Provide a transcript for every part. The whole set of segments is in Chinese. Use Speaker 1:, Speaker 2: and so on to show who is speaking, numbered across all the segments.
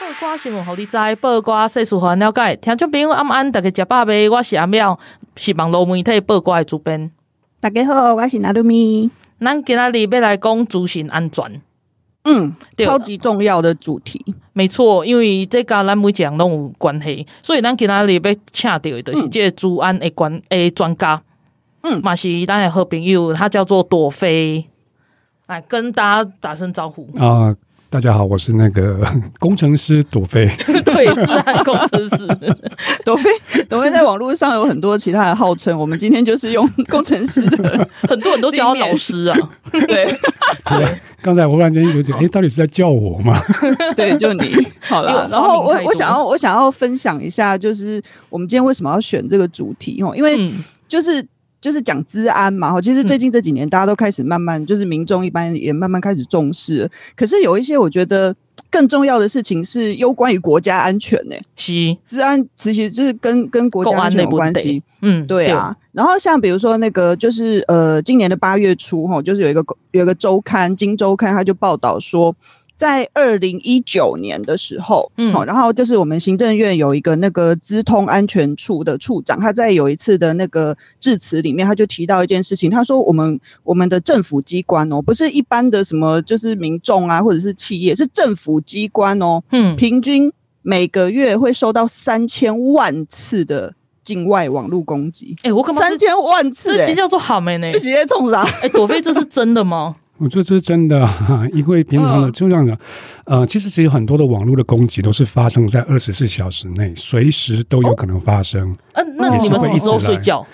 Speaker 1: 报歌新闻，互你知；报歌世事，互咱了解。听众朋友，暗安，大家食饱未？我是阿妙，是网络媒体报歌的主编。
Speaker 2: 大家好，我是纳鲁咪。
Speaker 1: 咱今仔日要来讲资讯安全，
Speaker 2: 嗯，
Speaker 1: 对
Speaker 2: 超级重要的主题。
Speaker 1: 没错，因为这甲咱每一项拢有关系，所以咱今仔日要请到的就是这个治安的关诶专家，
Speaker 2: 嗯
Speaker 1: 嘛是咱的好朋友，他叫做朵菲，来跟大家打声招 呼。
Speaker 3: 啊、大家好，我是那个 工程师朵飞。
Speaker 1: 对，治安工程 师，
Speaker 2: 董飞，董飞在网络上有很多其他的号称，我们今天就是用 工程师的。
Speaker 1: 很多人都叫他老师啊。
Speaker 2: 对
Speaker 3: 对， 刚才我忽然间有点，
Speaker 1: 哦
Speaker 3: 哎、到底是在叫我吗？
Speaker 2: 对，就你好
Speaker 1: 因为我
Speaker 2: 了。
Speaker 1: 发
Speaker 2: 然后
Speaker 1: 明
Speaker 2: 我
Speaker 1: 太
Speaker 2: 我
Speaker 1: 多
Speaker 2: 想要我想要分享一下，就是我们今天为什么要选这个主题哦？因为
Speaker 1: 嗯，
Speaker 2: 就是就是讲治安嘛，哈，其实最近这几年大家都开始慢慢，就是民众一般也慢慢开始重视了，可是有一些我觉得更重要的事情是攸关于国家安全呢、
Speaker 1: 是
Speaker 2: 治安其实就是跟跟国
Speaker 1: 公
Speaker 2: 家
Speaker 1: 安
Speaker 2: 安
Speaker 1: 的
Speaker 2: 全有
Speaker 1: 问
Speaker 2: 关系
Speaker 1: 题，。嗯，
Speaker 2: 对啊，然后像比如说那个，就是呃，今年的八月初哈，就是有一个有一个周刊《金周刊》，它就报道说，在二零一九年的时候，
Speaker 1: 嗯
Speaker 2: 齁然后就是我们行政院有一个那个资通安全处的处长，他在有一次的那个致辞里面，他就提到一件事情，他说我们我们的政府机关哦，不是一般的什么就是民众啊，或者是企业，是政府机关哦，
Speaker 1: 对，嗯，
Speaker 2: 平均每个月会收到三千万次的境外网络攻击，
Speaker 1: 哎，我干嘛
Speaker 2: 三千万次、
Speaker 1: 这这
Speaker 2: 欸，
Speaker 1: 叫做喊的呢
Speaker 2: 这？直接冲啥？
Speaker 1: 哎，朵菲，这是真的 吗？
Speaker 3: 我觉得这是真的， 哈因为平常
Speaker 1: 哦
Speaker 3: 的
Speaker 2: 嗯
Speaker 3: 就这样的，呃，其实其实很多的网络的攻击都是发生在二十四小时内，随时都有可能发生。
Speaker 1: 嗯，那你们什么时候睡觉？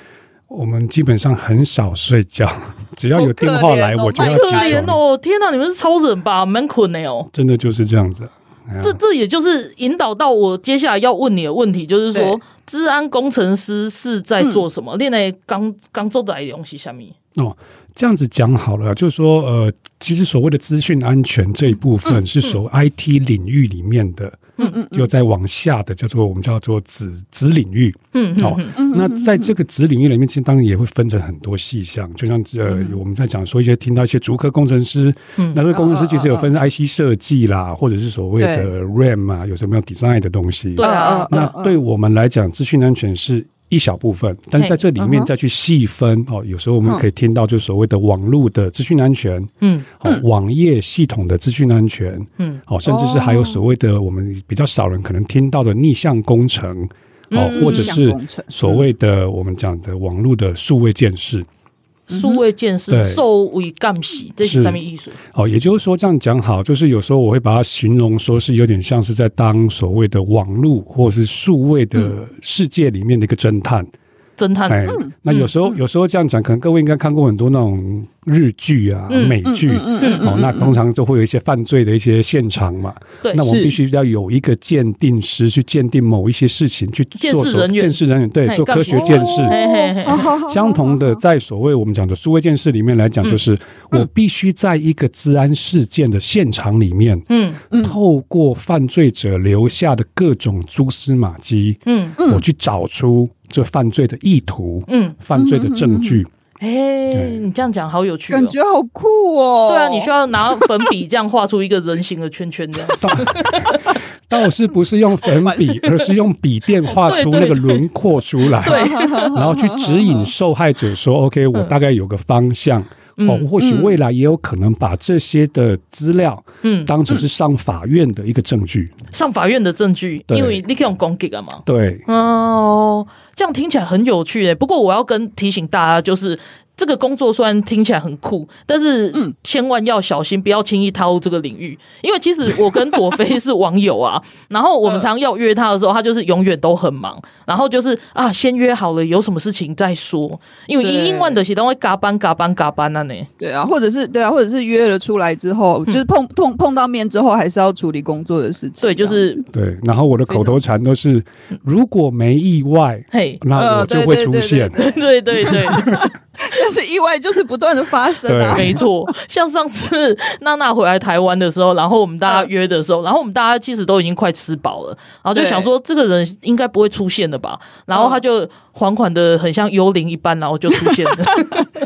Speaker 3: 我们基本上很少睡觉，只要有电
Speaker 2: 好
Speaker 3: 话
Speaker 2: 可怜
Speaker 3: 来，
Speaker 2: 哦
Speaker 3: 我就
Speaker 1: 好
Speaker 3: 要
Speaker 1: 可
Speaker 3: 起
Speaker 1: 怜
Speaker 3: 床。
Speaker 1: 哦！天哪，你们是超人吧？蛮困的哦。
Speaker 3: 真的就是这样子。哎呀
Speaker 1: 这这也就是引导到我接下来要问你的问题，就是说
Speaker 2: 对，
Speaker 1: 治安工程师是在做什么？练来刚刚做的东西，下面
Speaker 3: 这样子讲好了，就是说，呃，其实所谓的资讯安全这一部
Speaker 1: 嗯
Speaker 3: 分是属 IT 领域里面的，嗯嗯，就再往下的叫做我们叫做子子领域，
Speaker 1: 嗯
Speaker 3: 好、那在这个子领域里面，其实当然也会分成很多细项，就像呃，有我们在讲说一些听到一些竹科工程师，
Speaker 1: 嗯
Speaker 3: 那这个工程师其实有分 IC 设计啦，或者是所谓
Speaker 2: 对
Speaker 3: 的 RAM 啊，有什么样 design 的东西，
Speaker 1: 对啊，
Speaker 3: 那对我们来讲，资讯安全是一小部分，但是在这里
Speaker 2: 嗯
Speaker 3: 面
Speaker 2: 哼
Speaker 3: 再去细分哦，有时候我们
Speaker 2: 嗯
Speaker 3: 可以听到就是所谓的网络的资讯安全，
Speaker 1: 嗯
Speaker 3: 哦，网页系统的资讯安全，
Speaker 1: 嗯，
Speaker 3: 哦，甚至是还有所谓的我们比较少人可能听到的逆向工程，哦，
Speaker 1: 嗯
Speaker 3: 或者
Speaker 2: 逆
Speaker 3: 是
Speaker 2: 向工程
Speaker 3: 所谓的我们讲的网络的数位建设，
Speaker 1: 数位建设、
Speaker 3: 对
Speaker 1: 受为干洗，这是
Speaker 3: 是
Speaker 1: 上面艺术。
Speaker 3: 哦，也就是说，这样讲好，就是有时候我会把它形容说是有点像是在当所谓的网络或者是数位的世界里面的一个侦探。
Speaker 1: 侦探
Speaker 3: 哎，那有时候
Speaker 1: 嗯
Speaker 3: 有时候这样讲，可能各位应该看过很多那种日剧啊、
Speaker 1: 嗯
Speaker 3: 美剧哦，那通常就会有一些犯罪的一些现场嘛。
Speaker 1: 对
Speaker 3: 那我们
Speaker 2: 是
Speaker 3: 必须要有一个鉴定师去鉴定某一些事情，去
Speaker 1: 鉴
Speaker 3: 做
Speaker 1: 识
Speaker 3: 所
Speaker 1: 人员
Speaker 3: 鉴识人员对
Speaker 1: 哎
Speaker 3: 做
Speaker 1: 干
Speaker 3: 科
Speaker 1: 什
Speaker 3: 学
Speaker 1: 么
Speaker 3: 鉴识。
Speaker 1: 嘿嘿嘿，
Speaker 3: 相同的，在所谓我们讲的数位鉴识里面来
Speaker 1: 嗯
Speaker 3: 讲，就是我必须在一个治安事件的现场里面，
Speaker 1: 嗯
Speaker 3: 透过犯罪者留下的各种蛛丝马迹，
Speaker 1: 嗯
Speaker 3: 我去找出这犯罪的意图，
Speaker 1: 嗯，
Speaker 3: 犯罪的证据。
Speaker 1: 哎，你这样讲好有趣哦
Speaker 2: 感。觉好酷哦。
Speaker 1: 对啊，你需要拿粉笔这样画出一个人形的圈圈这样
Speaker 2: 嗯
Speaker 1: 子。
Speaker 3: 倒是不是用粉笔，而是用笔电画出那个轮廓出来，
Speaker 1: 对，
Speaker 3: 然后去指引受害者
Speaker 2: 嗯
Speaker 3: 说：“OK，我大概有个方向。”哦，或许未来也有可能把这些的资料，
Speaker 1: 嗯
Speaker 3: 当成是上法院的一个证据。
Speaker 1: 上法院的证据，
Speaker 3: 对
Speaker 1: 因为你可以用攻击干嘛？
Speaker 2: 嗯
Speaker 3: 对，
Speaker 1: 哦，这样听起来很有趣诶。不过我要跟提醒大家，就是这个工作虽然听起来很酷，但是
Speaker 2: 嗯
Speaker 1: 千万要小心，不要轻易踏入这个领域。因为其实我跟朵菲是网友 啊，然后我们常要约他的时候，他就是永远都很忙，然后就是啊，先约好了，有什么事情再说。因为
Speaker 2: 对
Speaker 1: 一英文的是都会嘎班嘎班嘎班啊呢。
Speaker 2: 对啊，或者是对啊，或者是约了出来之后，
Speaker 1: 嗯
Speaker 2: 就是碰碰碰到面之后，还是要处理工作的事情。啊
Speaker 1: 对，就
Speaker 2: 这样
Speaker 1: 是
Speaker 3: 对，然后我的口头禅都是如果没意外，
Speaker 1: 嘿，
Speaker 3: 那我
Speaker 2: 嗯呃
Speaker 3: 就
Speaker 2: 对
Speaker 3: 会
Speaker 2: 对
Speaker 3: 出
Speaker 2: 对对
Speaker 3: 现。
Speaker 1: 对 对对对。
Speaker 2: 但是意外就是不断的发生啊。
Speaker 1: 没错，像上次娜娜回来台湾的时候，然后我们大家约的时候，然后我们大家其实都已经快吃饱了，然后就想说这个人应该不会出现的吧，然后他就缓缓的很像幽灵一般，然后就出现了，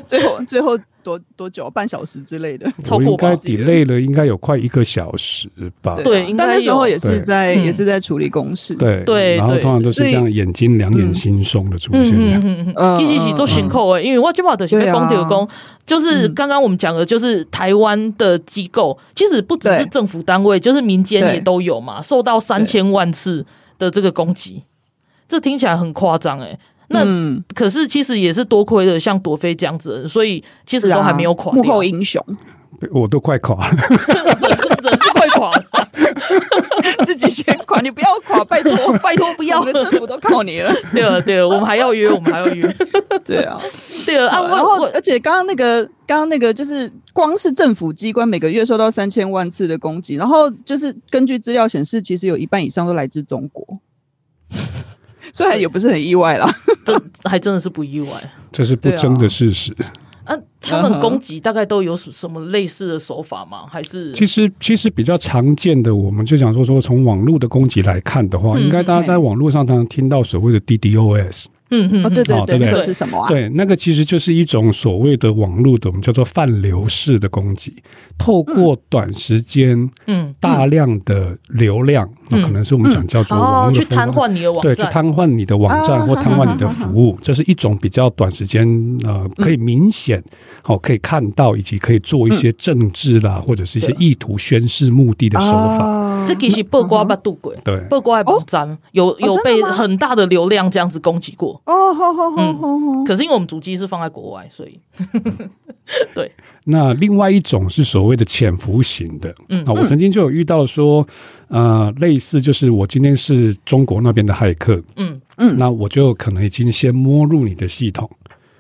Speaker 2: 最后最后多多久？半小时之类的。
Speaker 1: 超
Speaker 3: 我应
Speaker 1: 过吧
Speaker 3: 该？delay 了，应该有快一个小时吧。
Speaker 1: 对
Speaker 2: 啊
Speaker 1: 应该
Speaker 2: 但那时候
Speaker 1: 有
Speaker 2: 也是
Speaker 3: 对
Speaker 2: 在
Speaker 1: 嗯
Speaker 2: 也是在处理公事。
Speaker 3: 对
Speaker 1: 对
Speaker 3: 然后
Speaker 1: 对
Speaker 3: 通常都是
Speaker 2: 所以
Speaker 3: 这样，眼睛两眼惺忪的出 现这
Speaker 1: 嗯
Speaker 3: 样。
Speaker 1: 嗯嗯嗯，啊
Speaker 2: 嗯
Speaker 1: 其实是做辛苦诶，因为我今嘛就是被公丢工，就是刚刚我们讲的，就是台湾的机构，其实不只是
Speaker 2: 对
Speaker 1: 政府单位，就是民间也
Speaker 2: 对
Speaker 1: 都有嘛，受到三千万次的这个攻击，这听起来很夸张欸诶。那
Speaker 2: 嗯，
Speaker 1: 可是其实也是多亏了像朵菲这样子的人，所以其实
Speaker 2: 是啊
Speaker 1: 都还没有垮掉，
Speaker 2: 幕后英雄
Speaker 3: 对我都快垮 了。
Speaker 1: 人人是快 垮了，
Speaker 2: 自己先垮，你不要垮，拜托
Speaker 1: 拜托不要
Speaker 2: 我们的政府都 靠你了。
Speaker 1: 对了对了，啊我们还要约，我们还要约，
Speaker 2: 对啊，
Speaker 1: 对了啊，
Speaker 2: 然
Speaker 1: 我
Speaker 2: 后
Speaker 1: 我
Speaker 2: 而且刚刚那个刚刚那个就是光是政府机关每个月受到三千万次的攻击，然后就是根据资料显示，其实有一半以上都来自中国。 虽然也不是很意外啦，
Speaker 1: 这还真的是不意外。
Speaker 3: 这是不争的事实。
Speaker 1: 啊，他们攻击大概都有什什么类似的手法吗？还是
Speaker 3: 其实，其实比较常见的，我们就想说说，从网络的攻击来看的话，
Speaker 1: 嗯
Speaker 3: 应该大家在网络上常常听到所谓的 DDoS，
Speaker 1: 嗯
Speaker 2: 哦，
Speaker 1: 嗯
Speaker 2: 对对
Speaker 3: 哦对
Speaker 2: 那
Speaker 1: 对
Speaker 2: 个是什么啊？
Speaker 3: 对，那个其实就是一种所谓的网络的我们叫做泛流式的攻击，透过短时间
Speaker 1: 嗯
Speaker 3: 大量的流量，那可能是我们想叫做网
Speaker 1: 哦，
Speaker 3: 络的
Speaker 1: 去
Speaker 3: 疯
Speaker 1: 瘫
Speaker 3: 狂
Speaker 1: 痪你的网
Speaker 3: 对，去
Speaker 1: 站，
Speaker 3: 瘫痪你的网站
Speaker 2: 啊
Speaker 3: 或
Speaker 2: 哈
Speaker 3: 瘫
Speaker 2: 哈
Speaker 3: 痪
Speaker 2: 哈
Speaker 3: 你的
Speaker 2: 哈
Speaker 3: 服务，这是一种比较短时间呃可以明显好、可以看到以及可以做一些政治啦、或者是一些意图宣示目的的手法。
Speaker 2: 嗯啊
Speaker 1: 这其实曝光吧渡鬼，
Speaker 3: 对，
Speaker 1: 曝光还不沾，有有被很大的流量这样子攻击过。
Speaker 2: 哦，好好好好好，
Speaker 1: 可是因为我们主机是放在国外，所以
Speaker 3: 那另外一种是所谓的潜伏型的，
Speaker 1: 嗯
Speaker 3: 啊，我曾经就有遇到说，呃，类似就是我今天是中国那边的骇客，
Speaker 1: 嗯
Speaker 2: 嗯
Speaker 3: 那我就可能已经先摸入你的系统，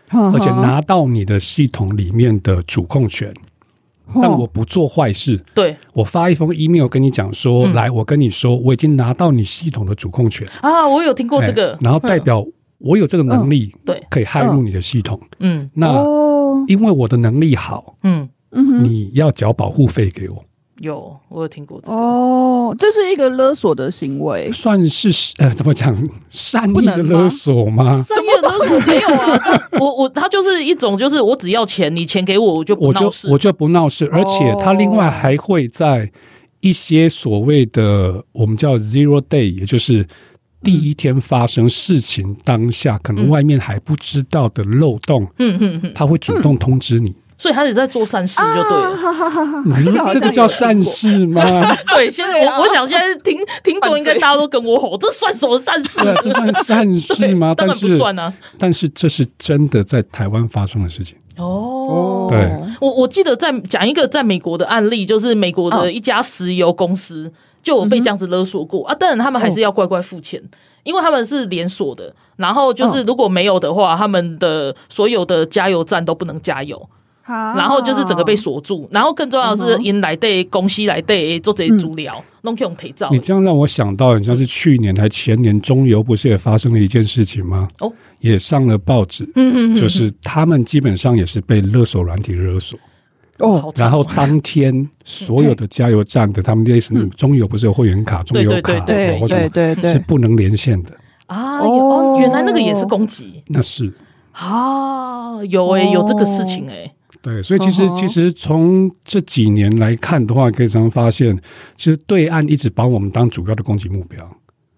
Speaker 2: 啊
Speaker 1: 嗯
Speaker 3: 而且拿到你的系统里面的主控权，
Speaker 2: 哦，
Speaker 3: 但我不做坏事，
Speaker 1: 对
Speaker 3: 我发一封 email 跟你讲说，
Speaker 2: 嗯
Speaker 3: 来，我跟你说，我已经拿到你系统的主控权，
Speaker 1: 啊，我有听过这
Speaker 3: 哎
Speaker 1: 个，
Speaker 3: 然后代表
Speaker 2: 嗯
Speaker 3: 我有这个能力，
Speaker 1: 对
Speaker 3: 可以骇入你的系统。
Speaker 1: 嗯
Speaker 3: 那
Speaker 2: 哦，
Speaker 3: 因为我的能力好，
Speaker 1: 嗯，
Speaker 3: 你要缴保护费给我，
Speaker 1: 有我有听过这个，
Speaker 2: 哦，这是一个勒索的行为，
Speaker 3: 算是呃怎么讲善
Speaker 2: 不
Speaker 3: 意的
Speaker 2: 能吗
Speaker 3: 勒索吗？
Speaker 1: 三月勒索没有啊，但 我我他就是一种就是我只要钱，你钱给我我就不
Speaker 3: 我
Speaker 1: 闹
Speaker 3: 就
Speaker 1: 事
Speaker 3: 我，就不闹事，而且他另外还会在一些所谓的我们叫 zero day，也就是第一天发生事情当下，可能外面还不知道的漏洞，
Speaker 1: 嗯嗯嗯，
Speaker 3: 他会主动通知你。
Speaker 1: 所以他也在做善事就对了。
Speaker 3: 你说嗯这个叫善事 吗？
Speaker 1: 对，啊现在我我想现在听听众应该大家都跟我吼，这算什么善事？
Speaker 3: 对啊， 这算善事吗？
Speaker 1: 当
Speaker 3: 但
Speaker 1: 然不
Speaker 3: 是，
Speaker 1: 算啊。
Speaker 3: 但是这是真的在台湾发生的事情。
Speaker 1: 哦，
Speaker 3: 对，
Speaker 1: 我我记得在讲一个在美国的案例，就是美国的一家石油公司就有被这样子勒索过啊，当然他们还是要乖乖付钱。因为他们是连锁的，然后就是如果没有的话，他们的所有的加油站都不能加油，然
Speaker 2: 然
Speaker 1: 后就是整个
Speaker 2: 啊
Speaker 1: 被锁住，然后更重要的是因来对公司来对做这些足疗，弄这种腿照
Speaker 3: 你这样让我想到，很像是去年还前年，中油不是也发生了一件事情吗？
Speaker 1: 哦，
Speaker 3: 也上了报纸。嗯嗯就是他们基本上也是被勒索软体勒索，
Speaker 1: 好惨
Speaker 3: 然后当天所有的加油站的他们类似那种中油不是有会员卡、中油卡
Speaker 1: 对对
Speaker 3: 或什
Speaker 2: 对
Speaker 3: 么
Speaker 2: 对对
Speaker 3: 是不能连线的，
Speaker 1: 啊，有哦，
Speaker 2: 哦
Speaker 1: 原来那个也是攻击
Speaker 3: 那是。
Speaker 1: 啊，有诶、有这个事情欸诶、
Speaker 3: 对，所以其实、其实从这几年来看的话，可以常常发现，其实对岸一直把我们当主要的攻击目标，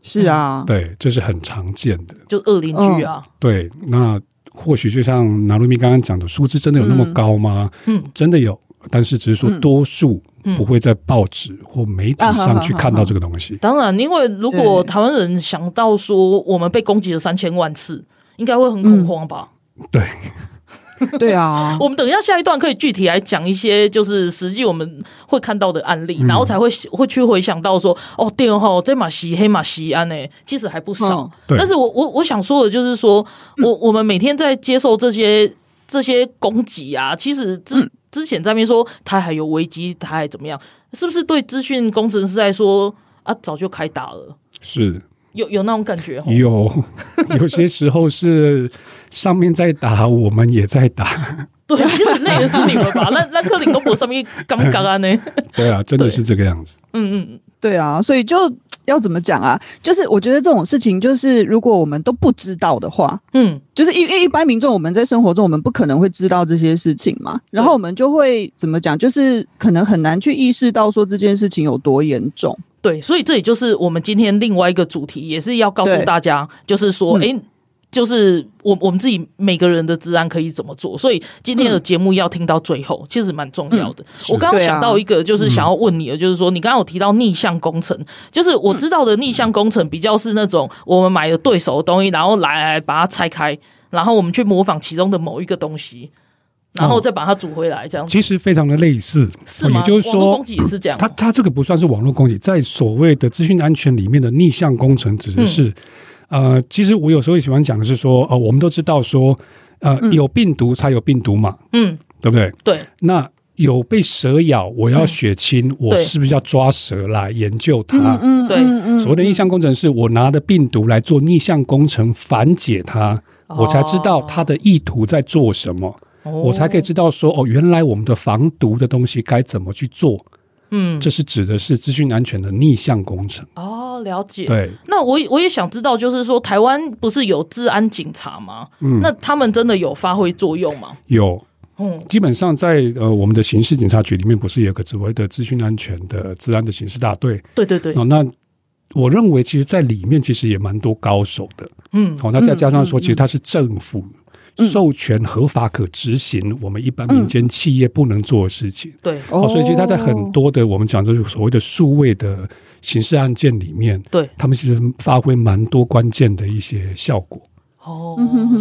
Speaker 2: 是啊，
Speaker 3: 对，这是很常见的。
Speaker 1: 就恶邻居啊，
Speaker 3: 对，那或许就像拿鲁米刚刚讲的，数字真的有那么高吗？
Speaker 1: 嗯，
Speaker 3: 真的有，但是只是说多数
Speaker 1: 嗯啊
Speaker 3: 不会在报纸或媒体上去看到这个东西。
Speaker 1: 当然，因为如果
Speaker 2: 对
Speaker 1: 台湾人想
Speaker 2: 嗯
Speaker 1: 到说我们被攻击了三千万次，应该会很恐慌吧？
Speaker 3: 对，
Speaker 2: 对啊，
Speaker 1: 我们等一下下一段可以具体来讲一些，就是实际我们会看到的案例，
Speaker 2: 嗯
Speaker 1: 然后才会会去回想到说，哦，对哦，这马西黑马西安呢，其实还不少。
Speaker 2: 嗯
Speaker 3: 对
Speaker 1: 但是我我我想说的就是说，我我们每天在接受这些这些攻击啊，其实之、
Speaker 2: 嗯
Speaker 1: 之前在那边说台海有危机，台海怎么样，是不是对资讯工程师来说啊，早就开打了？
Speaker 3: 是
Speaker 1: 有有那种感觉哦，
Speaker 3: 有有些时候是上面在打，我们也在打，
Speaker 1: 对，其实那也是你们吧？那那克林都博上面刚刚啊呢，
Speaker 3: 对啊，真的是这个样子。
Speaker 1: 嗯嗯。
Speaker 2: 对啊，所以就要怎么讲啊？就是我觉得这种事情，就是如果我们都不知道的话，
Speaker 1: 嗯，
Speaker 2: 就是因为一般民众我们在生活中，我们不可能会知道这些事情嘛，然后我们就会怎么讲，就是可能很难去意识到说这件事情有多严重。
Speaker 1: 对，所以这也就是我们今天另外一个主题，也是要告诉
Speaker 2: 对
Speaker 1: 大家，就是说，
Speaker 2: 嗯
Speaker 1: 诶，就是我我们自己每个人的治安可以怎么做。所以今天的节目要听到最后，其实蛮重要的。我刚刚
Speaker 2: 对啊
Speaker 1: 想到一个，就是想要问你的，就是说，你刚刚有提到逆向工程，就是我知道的逆向工程比较是那种我们买了对手的东西，然后来来把它拆开，然后我们去模仿其中的某一个东西，然后再把它组回来，这样子、
Speaker 3: 其实非常的类似，
Speaker 1: 是吗？
Speaker 3: 也就是
Speaker 1: 网络
Speaker 3: 说
Speaker 1: 攻，击也是这样吗，
Speaker 3: 它它这个不算是网络攻击，在所谓的资讯安全里面的逆向工程，指
Speaker 2: 嗯
Speaker 3: 的是、呃，其实我有时候也喜欢讲的是说，呃，我们都知道说，呃，
Speaker 2: 嗯
Speaker 3: 有病毒才有病毒嘛，
Speaker 1: 嗯，
Speaker 3: 对不对？
Speaker 1: 对，
Speaker 3: 那有被蛇咬，我要血清，我
Speaker 1: 对
Speaker 3: 是不是要抓蛇来研究它？
Speaker 2: 嗯嗯
Speaker 1: 对
Speaker 3: 所谓的逆向工程是我拿的病毒来做逆向工程，反解它，
Speaker 2: 哦
Speaker 3: 我才知道它的意图在做什么，我才可以知道说哦，原来我们的防毒的东西该怎么去做。
Speaker 1: 嗯，
Speaker 3: 这是指的是资讯安全的逆向工程。
Speaker 1: 哦，了解。
Speaker 3: 对，
Speaker 1: 那我也我也想知道，就是说台湾不是有治安警察吗？
Speaker 3: 嗯
Speaker 1: 那他们真的有发挥作用吗？
Speaker 3: 有
Speaker 2: 哦
Speaker 1: 嗯，
Speaker 3: 基本上在呃我们的刑事警察局里面，不是有个所谓的资讯安全的治安的刑事大队
Speaker 1: 对对对，
Speaker 3: 哦？那我认为，其实在里面其实也蛮多高手的。
Speaker 1: 嗯
Speaker 3: 好、那再加上说，其实它是政府授权合法可执行我们一般民间企业不能做的事情。
Speaker 1: 对
Speaker 3: 哦，所以其实它在很多的我们讲就是所谓的数位的刑事案件里面，
Speaker 1: 对
Speaker 3: 他们其实发挥蛮多关键的一些效果。
Speaker 1: 哦，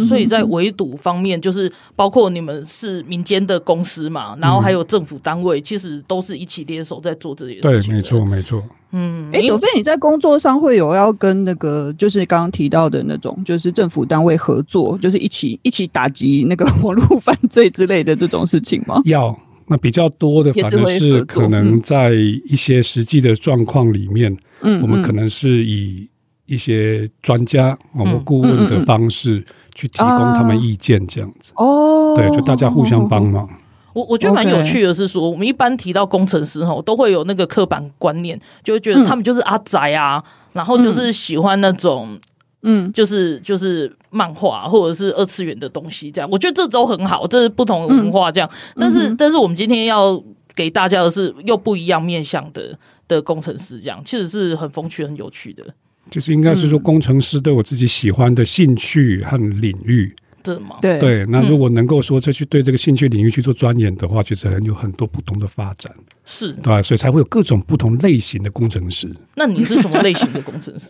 Speaker 1: 所以在围堵方面，就是包括你们是民间的公司嘛，然后
Speaker 3: 嗯
Speaker 1: 还有政府单位，其实都是一起联手在做这些
Speaker 3: 对
Speaker 1: 事，情。
Speaker 3: 没错，，没错。
Speaker 1: 嗯，
Speaker 2: 哎，
Speaker 1: 因
Speaker 2: 朵
Speaker 1: 为
Speaker 2: 菲，你在工作上会有要跟那个，就是刚刚提到的那种，就是政府单位合作，就是一起一起打击那个网络犯罪之类的这种事情吗？
Speaker 3: 要那比较多的，
Speaker 2: 也是
Speaker 3: 反而
Speaker 2: 会
Speaker 3: 是
Speaker 2: 合作
Speaker 3: 可能在一些实际的状况里面，
Speaker 2: 嗯嗯
Speaker 3: 我们可能是以一些专家、哦我们顾问的方式去提供他们意见，这样子。
Speaker 2: 哦，
Speaker 3: 对，就大家互相帮忙。
Speaker 1: 我我觉得蛮
Speaker 2: OK
Speaker 1: 有趣的是说，我们一般提到工程师吼，都会有那个刻板观念，就会觉
Speaker 2: 嗯
Speaker 1: 得他们就是阿宅啊，然后就是喜欢那种
Speaker 2: 嗯，
Speaker 1: 就是就是漫画啊或者是二次元的东西，这样我觉得这都很好，这是不同的文化这样。
Speaker 2: 嗯
Speaker 1: 但是、但是我们今天要给大家的是又不一样面向的的工程师，这样其实是很风趣、很有趣的，
Speaker 3: 就是应该是说，
Speaker 2: 嗯
Speaker 3: 工程师对我自己喜欢的兴趣和领域，
Speaker 1: 真的吗？
Speaker 2: 对，嗯
Speaker 3: 对，那如果能够说这去对这个兴趣领域去做钻研的话，其实很有很多不同的发展，
Speaker 1: 是。
Speaker 3: 对吧？所以才会有各种不同类型的工程师。
Speaker 1: 那你是什么类型的工程师？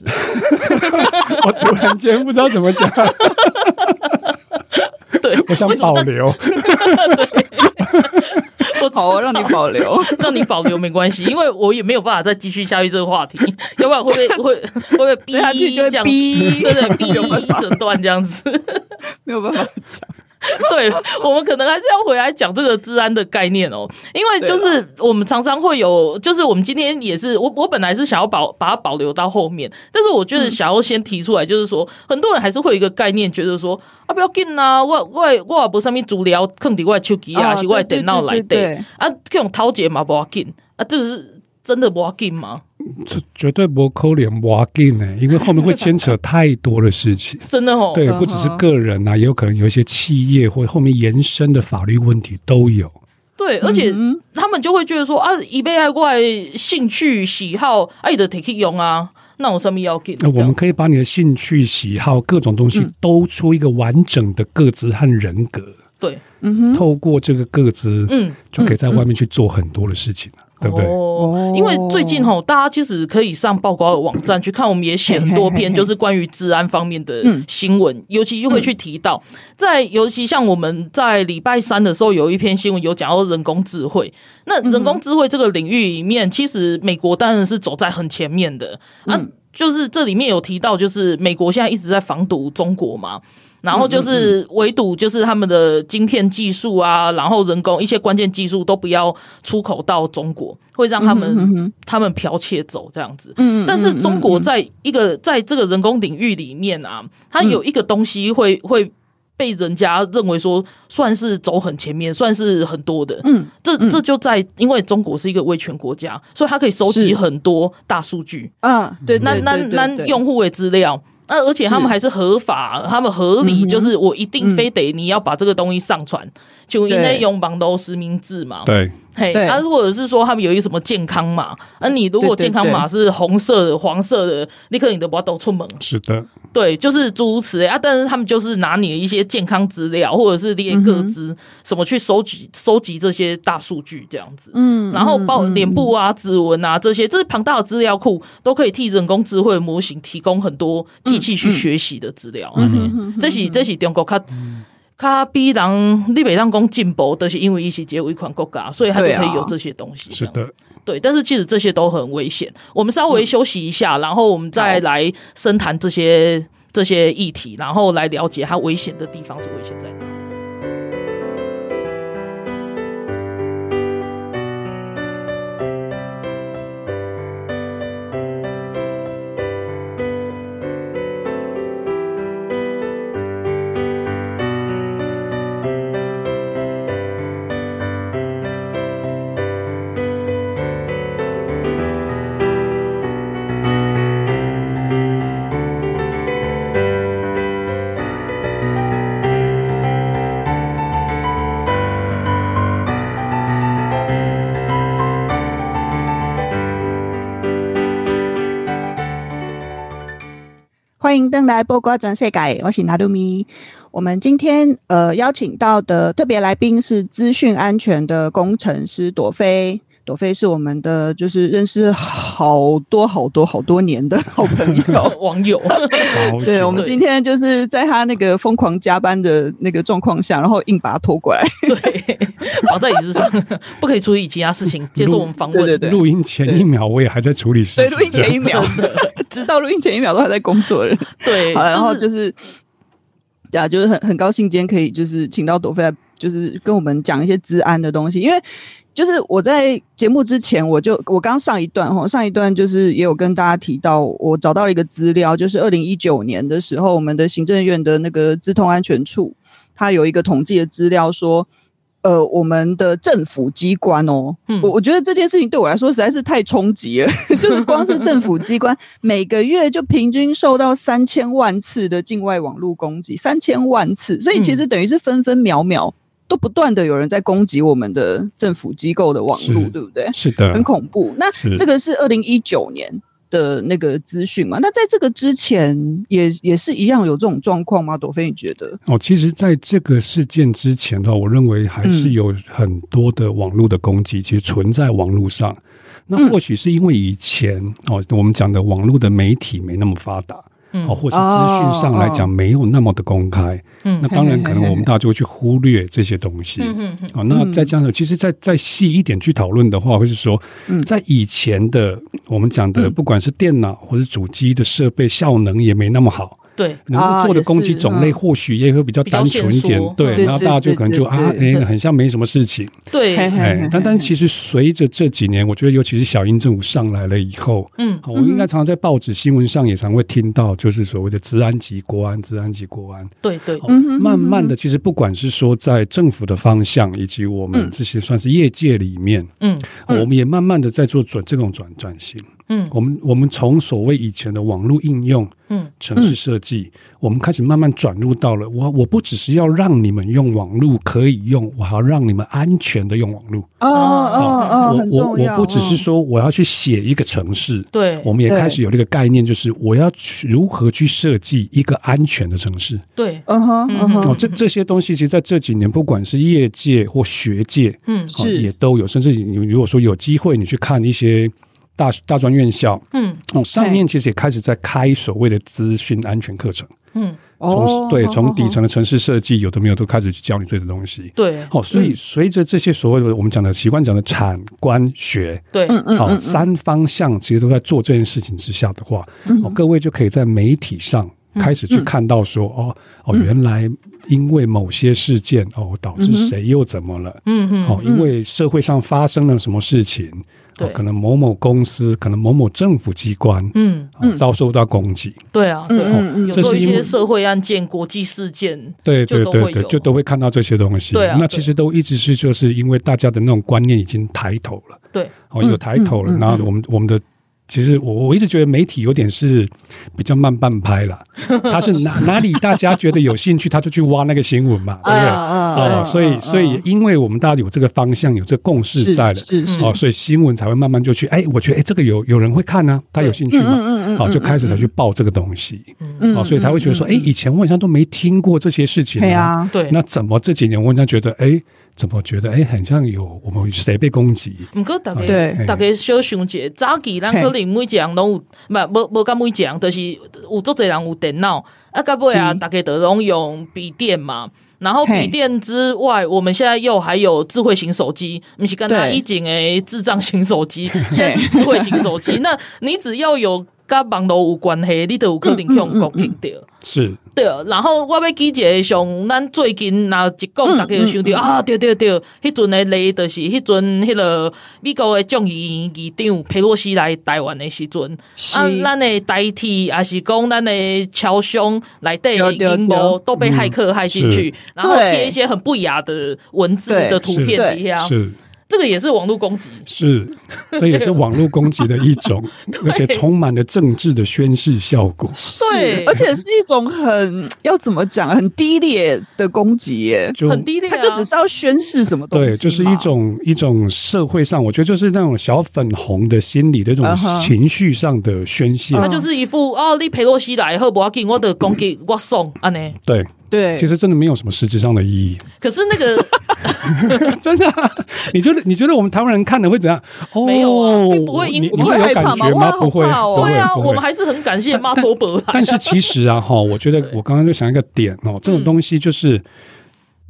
Speaker 3: 我突然间不知道怎么讲，
Speaker 1: 对，
Speaker 3: 我想
Speaker 1: 为什么
Speaker 3: 保留。
Speaker 1: 我知道
Speaker 2: 好，啊让你保留。
Speaker 1: 让你保留没关系，因为我也没有办法再继续下去这个话题，要不然会被会会被逼
Speaker 2: 对下去
Speaker 1: 这
Speaker 2: 就会
Speaker 1: 样，
Speaker 2: 逼
Speaker 1: 对 对，逼一整段这样子。
Speaker 2: 没有办法讲。
Speaker 1: 对我们可能还是要回来讲这个治安的概念哦，因为就是
Speaker 2: 啊
Speaker 1: 我们常常会有，就是我们今天也是，我我本来是想要保把它保留到后面，但是我觉得想要先提出来，就是说、很多人还是会有一个概念，觉得说啊不要紧啊，我我我也不上面足疗，坑底我的手机啊，
Speaker 2: 啊
Speaker 1: 还是我的
Speaker 2: 对对
Speaker 1: 电脑来
Speaker 2: 对对
Speaker 1: 对啊，这种掏解嘛不要紧啊，这个是真的不要紧吗？。
Speaker 3: 这绝对不扣脸挖进呢，因为后面会牵扯太多的事情
Speaker 1: 真的 哦，
Speaker 3: 对，不只是个人啊，也有可能有一些企业或后面延伸的法律问题都有。
Speaker 1: 对，而且
Speaker 3: 嗯
Speaker 1: 他们就会觉得说啊，一被爱怪兴趣喜好，哎、啊，的 take 用啊，那我上面要给
Speaker 3: 那我们可以把你的兴趣、喜好、各种东西
Speaker 1: 嗯
Speaker 3: 兜出一个完整的个资和人格，
Speaker 1: 对，
Speaker 3: 透过这个个资，
Speaker 1: 嗯，
Speaker 3: 就可以在外面去做很多的事情了。对不对？
Speaker 1: 哦，因为最近吼，大家其实可以上报告的网站去看，我们也写很多篇，就是关于治安方面的新闻，尤其就会去提到，在尤其像我们在礼拜三的时候有一篇新闻有讲到人工智慧，那人工智慧这个领域里面，其实美国当然是走在很前面的啊。就是这里面有提到，就是美国现在一直在防堵中国嘛，然后就是围堵，就是他们的晶片技术啊，然后人工一些关键技术都不要出口到中国，会让他们他们剽窃走这样子。嗯，但是中国在一个在这个人工领域里面啊，它有一个东西会会。被人家认为说算是走很前面，算是很多的，嗯，这这就在因为中国是一个威权国家，所以它可以收集
Speaker 2: 是
Speaker 1: 很多大数据，
Speaker 2: 嗯，对，
Speaker 1: 那
Speaker 2: 对
Speaker 1: 那
Speaker 2: 对对
Speaker 1: 那
Speaker 2: 对
Speaker 1: 用户的资料。那而且他们
Speaker 2: 是嗯
Speaker 1: 还是合法，他们合理，就是我一定非得你要把这个东西上传，就因为
Speaker 2: 对
Speaker 1: 用绑都实名制嘛，
Speaker 3: 对，
Speaker 1: 嘿，
Speaker 2: 对
Speaker 1: 啊，或者是说他们有一个什么健康码，啊，你如果
Speaker 2: 对对
Speaker 1: 健康码是红色的、黄色的，立刻你都不要抖出门，
Speaker 3: 是的，
Speaker 1: 对，就是诸如此类啊。但是他们就是拿你的一些健康资料，或者是列个资、什么去收集收集这些大数据这样子。嗯，然后包脸部啊、指纹啊这些，这是庞大的资料库，都可以替人工智慧模型提供很多机器去学习的资料。嗯，这是这是中国它。它比人你北当讲进步，都是因为一起结为一款国家，所以它就
Speaker 2: 对啊
Speaker 1: 可以有这些东西。
Speaker 3: 是的，
Speaker 1: 对，但是其实这些都很危险。我们稍微休息一下，然后我们再来深谈这些这些议题，然后来了解它危险的地方是危险在哪。。
Speaker 2: 欢迎登来播瓜转世改，我是拿鲁咪。我们今天呃邀请到的特别来宾是资讯安全的工程师朵菲。朵菲是我们的就是认识好多好多好多年的好朋友
Speaker 1: 网友，
Speaker 3: 好
Speaker 2: 对，
Speaker 3: 久
Speaker 2: 我们
Speaker 1: 对
Speaker 2: 今天就是在他那个疯狂加班的那个状况下，然后硬把他拖过来。
Speaker 1: 对，绑在椅子上，不可以处理其啊他事情，接受我们访问。
Speaker 2: 对对对
Speaker 3: 录音前一秒我也还在处理
Speaker 2: 所
Speaker 3: 事
Speaker 2: 以
Speaker 3: 情，
Speaker 2: 录音前一秒，直到录音前一秒都还在工作的人。
Speaker 1: 对
Speaker 2: 好了，然后
Speaker 1: 就是
Speaker 2: 就是，对啊，就是很很高兴今天可以就是请到朵菲来，就是跟我们讲一些治安的东西，因为。就是我在节目之前，我就我刚上一段哈，上一段就是也有跟大家提到，我找到了一个资料，就是二零一九年的时候，我们的行政院的那个资通安全处，它有一个统计的资料说，呃，我们的政府机关哦，
Speaker 1: 嗯
Speaker 2: 我我觉得这件事情对我来说实在是太冲击 了，就是光是政府机关每个月就平均受到三千万次的境外网络攻击，三千万次，所以其实等于是分分秒秒都不断的有人在攻击我们的政府机构的网络
Speaker 3: 是，
Speaker 2: 对不对？
Speaker 3: 是的
Speaker 2: 很，恐怖。那
Speaker 3: 是
Speaker 2: 这个是二零一九年的那个资讯嘛？那在这个之前也也是一样有这种状况吗？朵菲，你觉得？
Speaker 3: 哦，其实，在这个事件之前呢，我认为还
Speaker 1: 嗯
Speaker 3: 是有很多的网络的攻击，其实存在网络上。
Speaker 1: 嗯
Speaker 3: 那或许是因为以前、哦，我们讲的网络的媒体没那么发达，
Speaker 1: 嗯
Speaker 3: 哦，或是资讯上来讲没有那么的公开。
Speaker 1: 嗯
Speaker 3: 那当然，可能我们大家就会去忽略这些东西。
Speaker 1: 嗯嗯嗯
Speaker 3: 哦，那再加上，其实再再细一点去讨论的话，会是说，在以前的我们讲
Speaker 1: 嗯
Speaker 3: 的，不管是电脑或是主机的设备效能也没那么好，
Speaker 1: 对，
Speaker 3: 能够做的攻击
Speaker 2: 啊
Speaker 3: 种类或许也会比较单纯一
Speaker 1: 比较限
Speaker 3: 点
Speaker 1: 缩，
Speaker 3: 对，
Speaker 2: 嗯
Speaker 3: 然后大家就可能就
Speaker 2: 对对
Speaker 3: 啊，
Speaker 2: 对
Speaker 3: 哎，很像没什么事情，
Speaker 1: 对，
Speaker 3: 哎，但但其实随着这几年，我觉得尤其是小英政府上来了以后，
Speaker 1: 嗯
Speaker 3: 好，我应该常常在报纸新闻上也常会听到，就是所谓的治安及国安，治安及国安，
Speaker 1: 对对
Speaker 3: 好，哦慢慢
Speaker 1: 嗯
Speaker 3: 的，其实不管是说在政府的方向，以及我们这些算是业界里面，
Speaker 1: 嗯
Speaker 3: 我们也慢慢的在做转这种转转型。
Speaker 1: 嗯
Speaker 3: 我们我们从所谓以前的网络应用、
Speaker 1: 嗯
Speaker 3: 城市设计，我们开始慢慢转入到了我我不只是要让你们用网络可以用，我还要让你们安全的用网络。
Speaker 2: 哦哦哦，
Speaker 3: 我
Speaker 2: 很
Speaker 3: 我
Speaker 2: 重
Speaker 3: 我
Speaker 2: 要。
Speaker 3: 不只是说我要去写一个城市，
Speaker 1: 嗯对
Speaker 3: 我们也
Speaker 2: 对
Speaker 3: 开始有这个概念，就是我要去如何去设计一个安全的城市。
Speaker 1: 对，
Speaker 2: 嗯哼嗯
Speaker 3: 哦，
Speaker 2: 哼，
Speaker 3: 这这些东西其实在这几年，不管是业界或学界，
Speaker 1: 嗯
Speaker 3: 哦
Speaker 2: 是
Speaker 3: 也都有，甚至你如果说有机会，你去看一些大大专院校，
Speaker 1: 嗯
Speaker 3: 哦，上面其实也开始在开所谓的资讯安全课程，
Speaker 1: 嗯，
Speaker 2: 哦
Speaker 3: 从对从底
Speaker 2: 层。
Speaker 3: 层的城市设计，有的没有都开始去教你这些东西。
Speaker 1: 对
Speaker 3: 哦，所
Speaker 2: 嗯
Speaker 3: 以随着这些所谓的我们讲的习惯讲的产官学，
Speaker 1: 对，
Speaker 3: 哦，
Speaker 1: 嗯
Speaker 3: 三方向其实都在做这件事情之下的话，
Speaker 1: 嗯
Speaker 3: 哦，各位就可以在媒体上开始去看到说，哦哦，
Speaker 1: 嗯
Speaker 3: 原来因为某些事件，哦，导致谁又怎么了？
Speaker 1: 嗯嗯
Speaker 3: 哦，因为社会上发生了什么事情，
Speaker 1: 对
Speaker 3: 哦，可能某某公司，可能某某政府机关，
Speaker 1: 嗯，
Speaker 3: 哦遭受到攻击，
Speaker 1: 对啊，对，
Speaker 3: 嗯
Speaker 1: 有时候
Speaker 3: 这是
Speaker 1: 一
Speaker 3: 因为
Speaker 1: 些社会案件、国际事件，
Speaker 3: 对
Speaker 1: 就
Speaker 3: 对
Speaker 1: 都会
Speaker 3: 对对，
Speaker 1: 有
Speaker 3: 就都会看到这些东西。
Speaker 1: 对啊
Speaker 3: 那
Speaker 1: 对
Speaker 3: 其实都一直是就是因为大家的那种观念已经抬头了。
Speaker 1: 对，
Speaker 3: 哦，
Speaker 2: 嗯
Speaker 3: 有抬头了。然后我们我们的，其实我我一直觉得媒体有点是比较慢半拍 啦，他是哪哪里大家觉得有兴趣，他就去挖那个新闻嘛， 对
Speaker 2: 啊
Speaker 3: 不对？哦，所以所以因为我们大家有这个方向，有这个共识在了。
Speaker 2: 是是
Speaker 3: 哦，所以新闻才会慢慢就去，哎，我觉得哎，这个有有人会看啊，他有兴趣嘛，好、就开始才去报这个东西，
Speaker 2: 嗯
Speaker 3: 哦，所以才会觉得说，哎，以前我好像都没听过这些事情、
Speaker 2: 对啊，
Speaker 1: 对。
Speaker 3: 那怎么这几年我好像觉得，哎，怎么觉得，哎，很像有我们谁被攻击，
Speaker 1: 毋过大
Speaker 2: 对
Speaker 1: 家大家小想者，早期咱可能每一个人拢有，唔无无甲每一个人，就是有足侪人有电脑，啊，到尾啊，
Speaker 2: 是
Speaker 1: 大家都拢用笔电嘛。然后
Speaker 2: 嘿
Speaker 1: 笔电之外，我们现在又还有智慧型手机，不是跟他
Speaker 2: 对
Speaker 1: 一景诶智障型手 机，现在是智慧型手机。那你只要有甲网络有关系，你都有可能去
Speaker 2: 嗯
Speaker 1: 用攻击掉。
Speaker 3: 是
Speaker 1: 对，然后我要记一个像咱最近若一
Speaker 2: 嗯
Speaker 1: 讲，大家就想到、啊，对对对，迄阵的例就是迄阵迄个美国的众议院议长佩洛西来台湾的时阵，
Speaker 2: 是
Speaker 1: 啊，咱的代替也是讲咱的侨商内底的
Speaker 2: 对对嗯
Speaker 1: 阴谋
Speaker 2: 对
Speaker 1: 都被骇客骇进去，然后
Speaker 2: 对
Speaker 1: 贴一些很不雅的文字
Speaker 2: 对
Speaker 1: 的图
Speaker 3: 是
Speaker 1: 片底下，
Speaker 3: 是。
Speaker 1: 这个也是网络攻击。
Speaker 3: 是，这也是网络攻击的一 种，而且充满了政治的宣示效果。
Speaker 1: 对
Speaker 2: 而且是一种很要怎么讲，很低劣的攻击耶。
Speaker 3: 就
Speaker 1: 很低劣
Speaker 2: 他
Speaker 1: 啊！
Speaker 2: 就只是要宣示什么东西嘛，
Speaker 3: 对，就是一种一种社会上，我觉得就是那种小粉红的心理的这种
Speaker 2: 嗯哼嗯
Speaker 3: 情绪上的宣泄。
Speaker 2: 啊
Speaker 1: 他就是一副哦，你佩洛西来好不要紧，我的攻击我送安尼。
Speaker 3: 对，
Speaker 2: 对，
Speaker 3: 其实真的没有什么实质上的 意义。
Speaker 1: 可是那个
Speaker 3: 真的啊、 你觉得你觉得我们台湾人看了会怎样？哦，
Speaker 1: 没有啊并不会因
Speaker 3: 你
Speaker 1: 我
Speaker 3: 你
Speaker 1: 会
Speaker 3: 会
Speaker 2: 害
Speaker 3: 有
Speaker 2: 怕
Speaker 3: 感
Speaker 2: 吗
Speaker 3: 觉
Speaker 2: 我
Speaker 3: 吗？
Speaker 2: 好
Speaker 3: 不会，
Speaker 2: 怕哦
Speaker 3: 不
Speaker 1: 对
Speaker 3: 会，
Speaker 1: 啊，
Speaker 3: 不
Speaker 1: 我
Speaker 3: 会
Speaker 1: 们。还是很感谢妈托伯来。
Speaker 3: 但是其实 啊，哈，我觉得我刚刚就想一个点哦，
Speaker 2: 嗯
Speaker 3: 这种东西就是，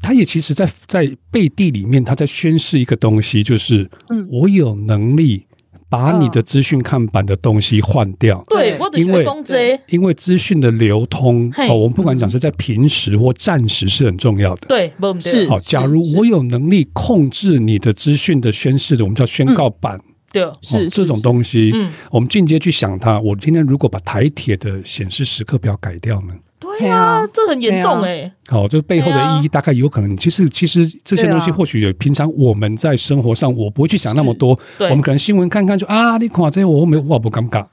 Speaker 3: 它也其实在在背地里面，它在宣示一个东西，就是，
Speaker 2: 嗯
Speaker 3: 我有能力把你的资讯看板的东西换掉。
Speaker 1: 对，
Speaker 2: 对
Speaker 1: 我只是讲这个，
Speaker 3: 因为资讯的流通，
Speaker 1: 嘿
Speaker 3: 哦，我们不管讲是在平时或暂时是很重要的。
Speaker 1: 对，不对
Speaker 2: 是
Speaker 3: 好，假如我有能力控制你的资讯的宣示的，我们叫宣告版，
Speaker 1: 对，
Speaker 3: 哦
Speaker 2: 嗯是
Speaker 3: 这种东西，
Speaker 1: 嗯
Speaker 3: 我们进阶去想它。我今天如果把台铁的显示时刻表改掉呢？
Speaker 1: 对
Speaker 2: 对
Speaker 1: 啊
Speaker 2: 啊，
Speaker 1: 这很严重哎，
Speaker 3: 好、这背后
Speaker 1: 对啊
Speaker 3: 的意义大概有可能。其实，其实这些东西
Speaker 2: 对啊
Speaker 3: 或许有平常我们在生活上，我不会去想那么多。
Speaker 1: 对
Speaker 3: 我们可能新闻看看就啊，你看这我没我不尴尬。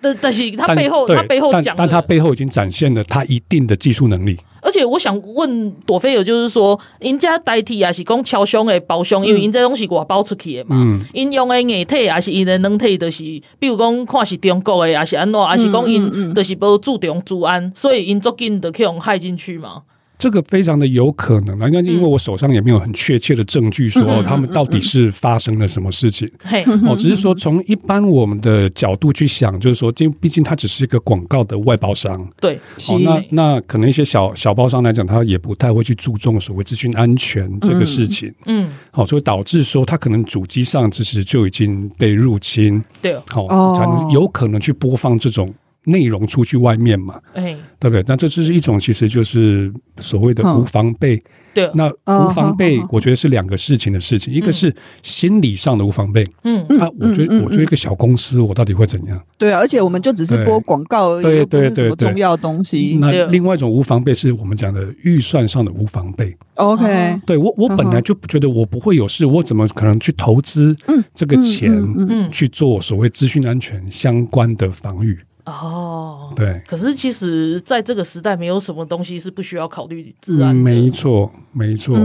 Speaker 1: 但但是他
Speaker 3: 但
Speaker 1: 背后
Speaker 3: 对
Speaker 1: 他背后
Speaker 3: 但
Speaker 1: 讲
Speaker 3: 但他
Speaker 1: 的，
Speaker 3: 背后已经展现了他一定的技术能力。
Speaker 1: 而且我想问朵菲尔，就是说，人家代替也是讲超凶的包凶，因为人家东西外包出去的嘛
Speaker 3: 嗯，
Speaker 1: 因用的硬体也是因的软体，就是比如讲看是中国的，也是安怎，也
Speaker 3: 嗯
Speaker 1: 是讲因就是无注重治安，所以因足紧就去用害进去嘛，
Speaker 3: 这个非常的有可能啊，那因为我手上也没有很确切的证据
Speaker 1: 嗯
Speaker 3: 说、哦他们到底是发生了什么事情。
Speaker 1: 嘿，
Speaker 3: 哦，只是说从一般我们的角度去想，就是说，因为毕竟它只是一个广告的外包商，
Speaker 1: 对，
Speaker 3: 哦，那那可能一些小小包商来讲，他也不太会去注重所谓资讯安全这个事情，
Speaker 1: 嗯，
Speaker 3: 好、所以导致说他可能主机上其实就已经被入侵，
Speaker 1: 对，
Speaker 3: 好、
Speaker 2: 哦
Speaker 3: 才能有可能去播放这种内容出去外面嘛，
Speaker 1: 哎，
Speaker 3: 对不对？那这就是一种其实就是所谓的
Speaker 2: 嗯
Speaker 3: 无防备
Speaker 1: 对，
Speaker 3: 那
Speaker 2: 哦
Speaker 3: 无防备
Speaker 2: 好好好，
Speaker 3: 我觉得是两个事情的事情，一个是心理上的无防备，
Speaker 1: 嗯，
Speaker 3: 啊，我觉
Speaker 2: 嗯嗯
Speaker 3: 得我觉得一个小公司，我到底会怎样？
Speaker 2: 对啊，而且我们就只是
Speaker 3: 对
Speaker 2: 播广告而已，
Speaker 3: 对
Speaker 2: 又不是
Speaker 3: 对
Speaker 2: 什么
Speaker 3: 对对
Speaker 2: 重要的东西。
Speaker 3: 那
Speaker 1: 对
Speaker 3: 另外一种无防备是我们讲的预算上的无防备。
Speaker 1: 哦
Speaker 2: OK，
Speaker 3: 对我，
Speaker 1: 嗯
Speaker 3: 我本来就不觉得我不会有事，我怎么可能去投资这个钱
Speaker 1: 嗯
Speaker 3: 去做所谓资讯安全相关的防御？
Speaker 1: 哦。
Speaker 3: 对，
Speaker 1: 可是其实在这个时代，没有什么东西是不需要考虑治安
Speaker 3: 嗯
Speaker 1: 的。
Speaker 3: 没错，没错，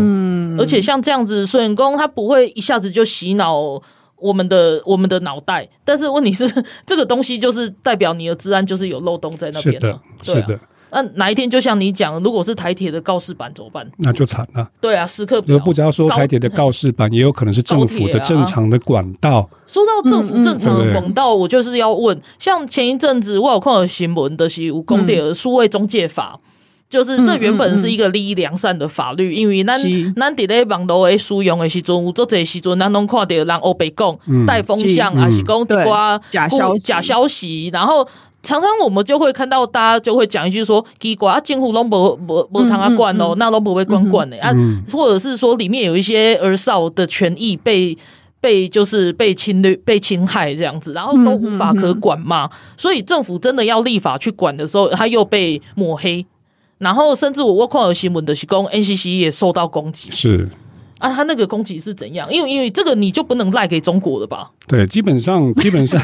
Speaker 1: 而且像这样子，水员工他不会一下子就洗脑我们的我们的脑袋，但是问题是，这个东西就是代表你的治安就是有漏洞在那
Speaker 3: 是
Speaker 1: 边
Speaker 3: 的
Speaker 1: 了，，对
Speaker 3: 是
Speaker 1: 啊
Speaker 3: 的，
Speaker 1: 那哪一天就像你讲，如果是台铁的告示板怎么办？
Speaker 3: 那就惨了。
Speaker 1: 对啊，时刻
Speaker 3: 就
Speaker 1: 表。
Speaker 3: 是不只要说台铁的告示板，也有可能是政府
Speaker 1: 高铁
Speaker 3: 的
Speaker 1: 啊
Speaker 3: 正常的管道。
Speaker 1: 说到政府正常
Speaker 3: 嗯嗯
Speaker 1: 的
Speaker 3: 对
Speaker 1: 管道，我就是要问，像前一阵子我有看到新闻的是有公的数位中介法。就是
Speaker 3: 嗯
Speaker 1: 这原本是一个利益良善的法律，因为咱
Speaker 2: 是
Speaker 1: 咱伫咧网络诶使用诶时阵，有做这时阵，咱拢看到人欧北讲带风向，
Speaker 3: 嗯是
Speaker 1: 还是讲一寡
Speaker 2: 对假消息
Speaker 1: 假消息，然后常常我们就会看到大家就会讲一句说，奇怪啊，政府拢无无无通啊管
Speaker 2: 嗯
Speaker 1: 哦，那拢不会管管的啊，或者是说里面有一些儿少的权益被。被就是被侵略、被侵害这样子，然后都无法可管嘛，
Speaker 2: 嗯
Speaker 1: 所以政府真的要立法去管的时候，他又被抹黑，然后甚至我我看有新闻的是讲 NCC 也受到攻击
Speaker 3: 是，
Speaker 1: 啊，他那个攻击是怎样？因为因为这个你就不能赖给中国了吧？
Speaker 3: 对，基 本上基本上，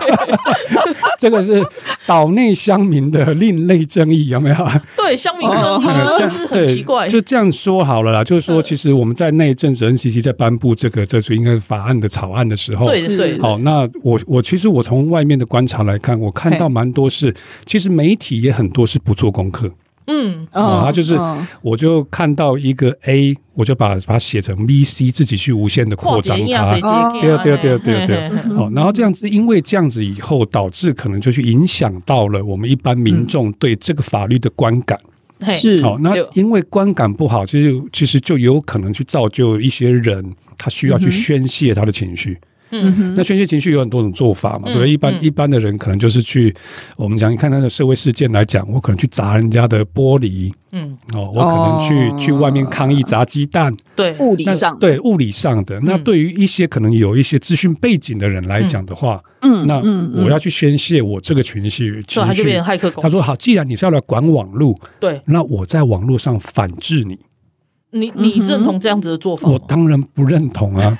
Speaker 3: 这个是岛内乡民的另类正义，有没有？
Speaker 1: 对，乡民争议真
Speaker 3: 呃这
Speaker 1: 的
Speaker 3: 样
Speaker 1: 是很
Speaker 3: 对
Speaker 1: 奇怪，
Speaker 3: 就这样说好了啦，就是说，
Speaker 1: 嗯
Speaker 3: 其实我们在那一阵子 NCC 在颁布这个这是应该是法案的草案的时候，
Speaker 1: 对
Speaker 2: 是
Speaker 1: 对，
Speaker 3: 好，那我我其实我从外面的观察来看，我看到
Speaker 2: 嘿
Speaker 3: 蛮多是，其实媒体也很多是不做功课，
Speaker 1: 嗯
Speaker 3: 哦
Speaker 2: 嗯，
Speaker 3: 他就是
Speaker 2: 嗯
Speaker 3: 我就看到一个 A，我就把把它写成 V C，自己去无限的
Speaker 1: 跨啊
Speaker 3: 扩
Speaker 1: 节
Speaker 3: 张
Speaker 1: 一样
Speaker 3: 它
Speaker 1: 谁。接
Speaker 3: 对啊对对对对，
Speaker 1: 嘿嘿
Speaker 3: 好，然后这样子，因为这样子以后导致可能就去影响到了我们一般民众对这个法律的观感。
Speaker 1: 嘿
Speaker 2: 是
Speaker 3: 好，那
Speaker 1: 对
Speaker 3: 因为观感不好，其实其实就有可能去造就一些人，他需要去宣泄他的情绪。
Speaker 1: 嗯
Speaker 3: 那宣泄情绪有很多种做法嘛，
Speaker 1: 嗯
Speaker 3: 对不对？一般、
Speaker 1: 嗯
Speaker 3: 一般的人可能就是去，我们讲，你看他的社会事件来讲，我可能去砸人家的玻璃，
Speaker 1: 嗯，
Speaker 3: 哦，我可能去、
Speaker 2: 哦
Speaker 3: 去外面抗议砸鸡蛋，
Speaker 1: 对，
Speaker 2: 物理
Speaker 3: 那
Speaker 2: 上，
Speaker 3: 对物理上的。那对于一些可能有一些资讯背景的人来讲的话，
Speaker 2: 嗯
Speaker 3: 那
Speaker 2: 嗯嗯
Speaker 3: 我要去宣泄我这个情绪
Speaker 1: 所以他
Speaker 3: 情
Speaker 1: 就变
Speaker 3: 绪
Speaker 1: 成。骇客攻击。
Speaker 3: 他说：“好，既然你是要来管网络，
Speaker 1: 对
Speaker 3: 那我在网络上反制你，
Speaker 1: 你你认同这样子的做法吗
Speaker 3: 嗯我？当然不认同啊，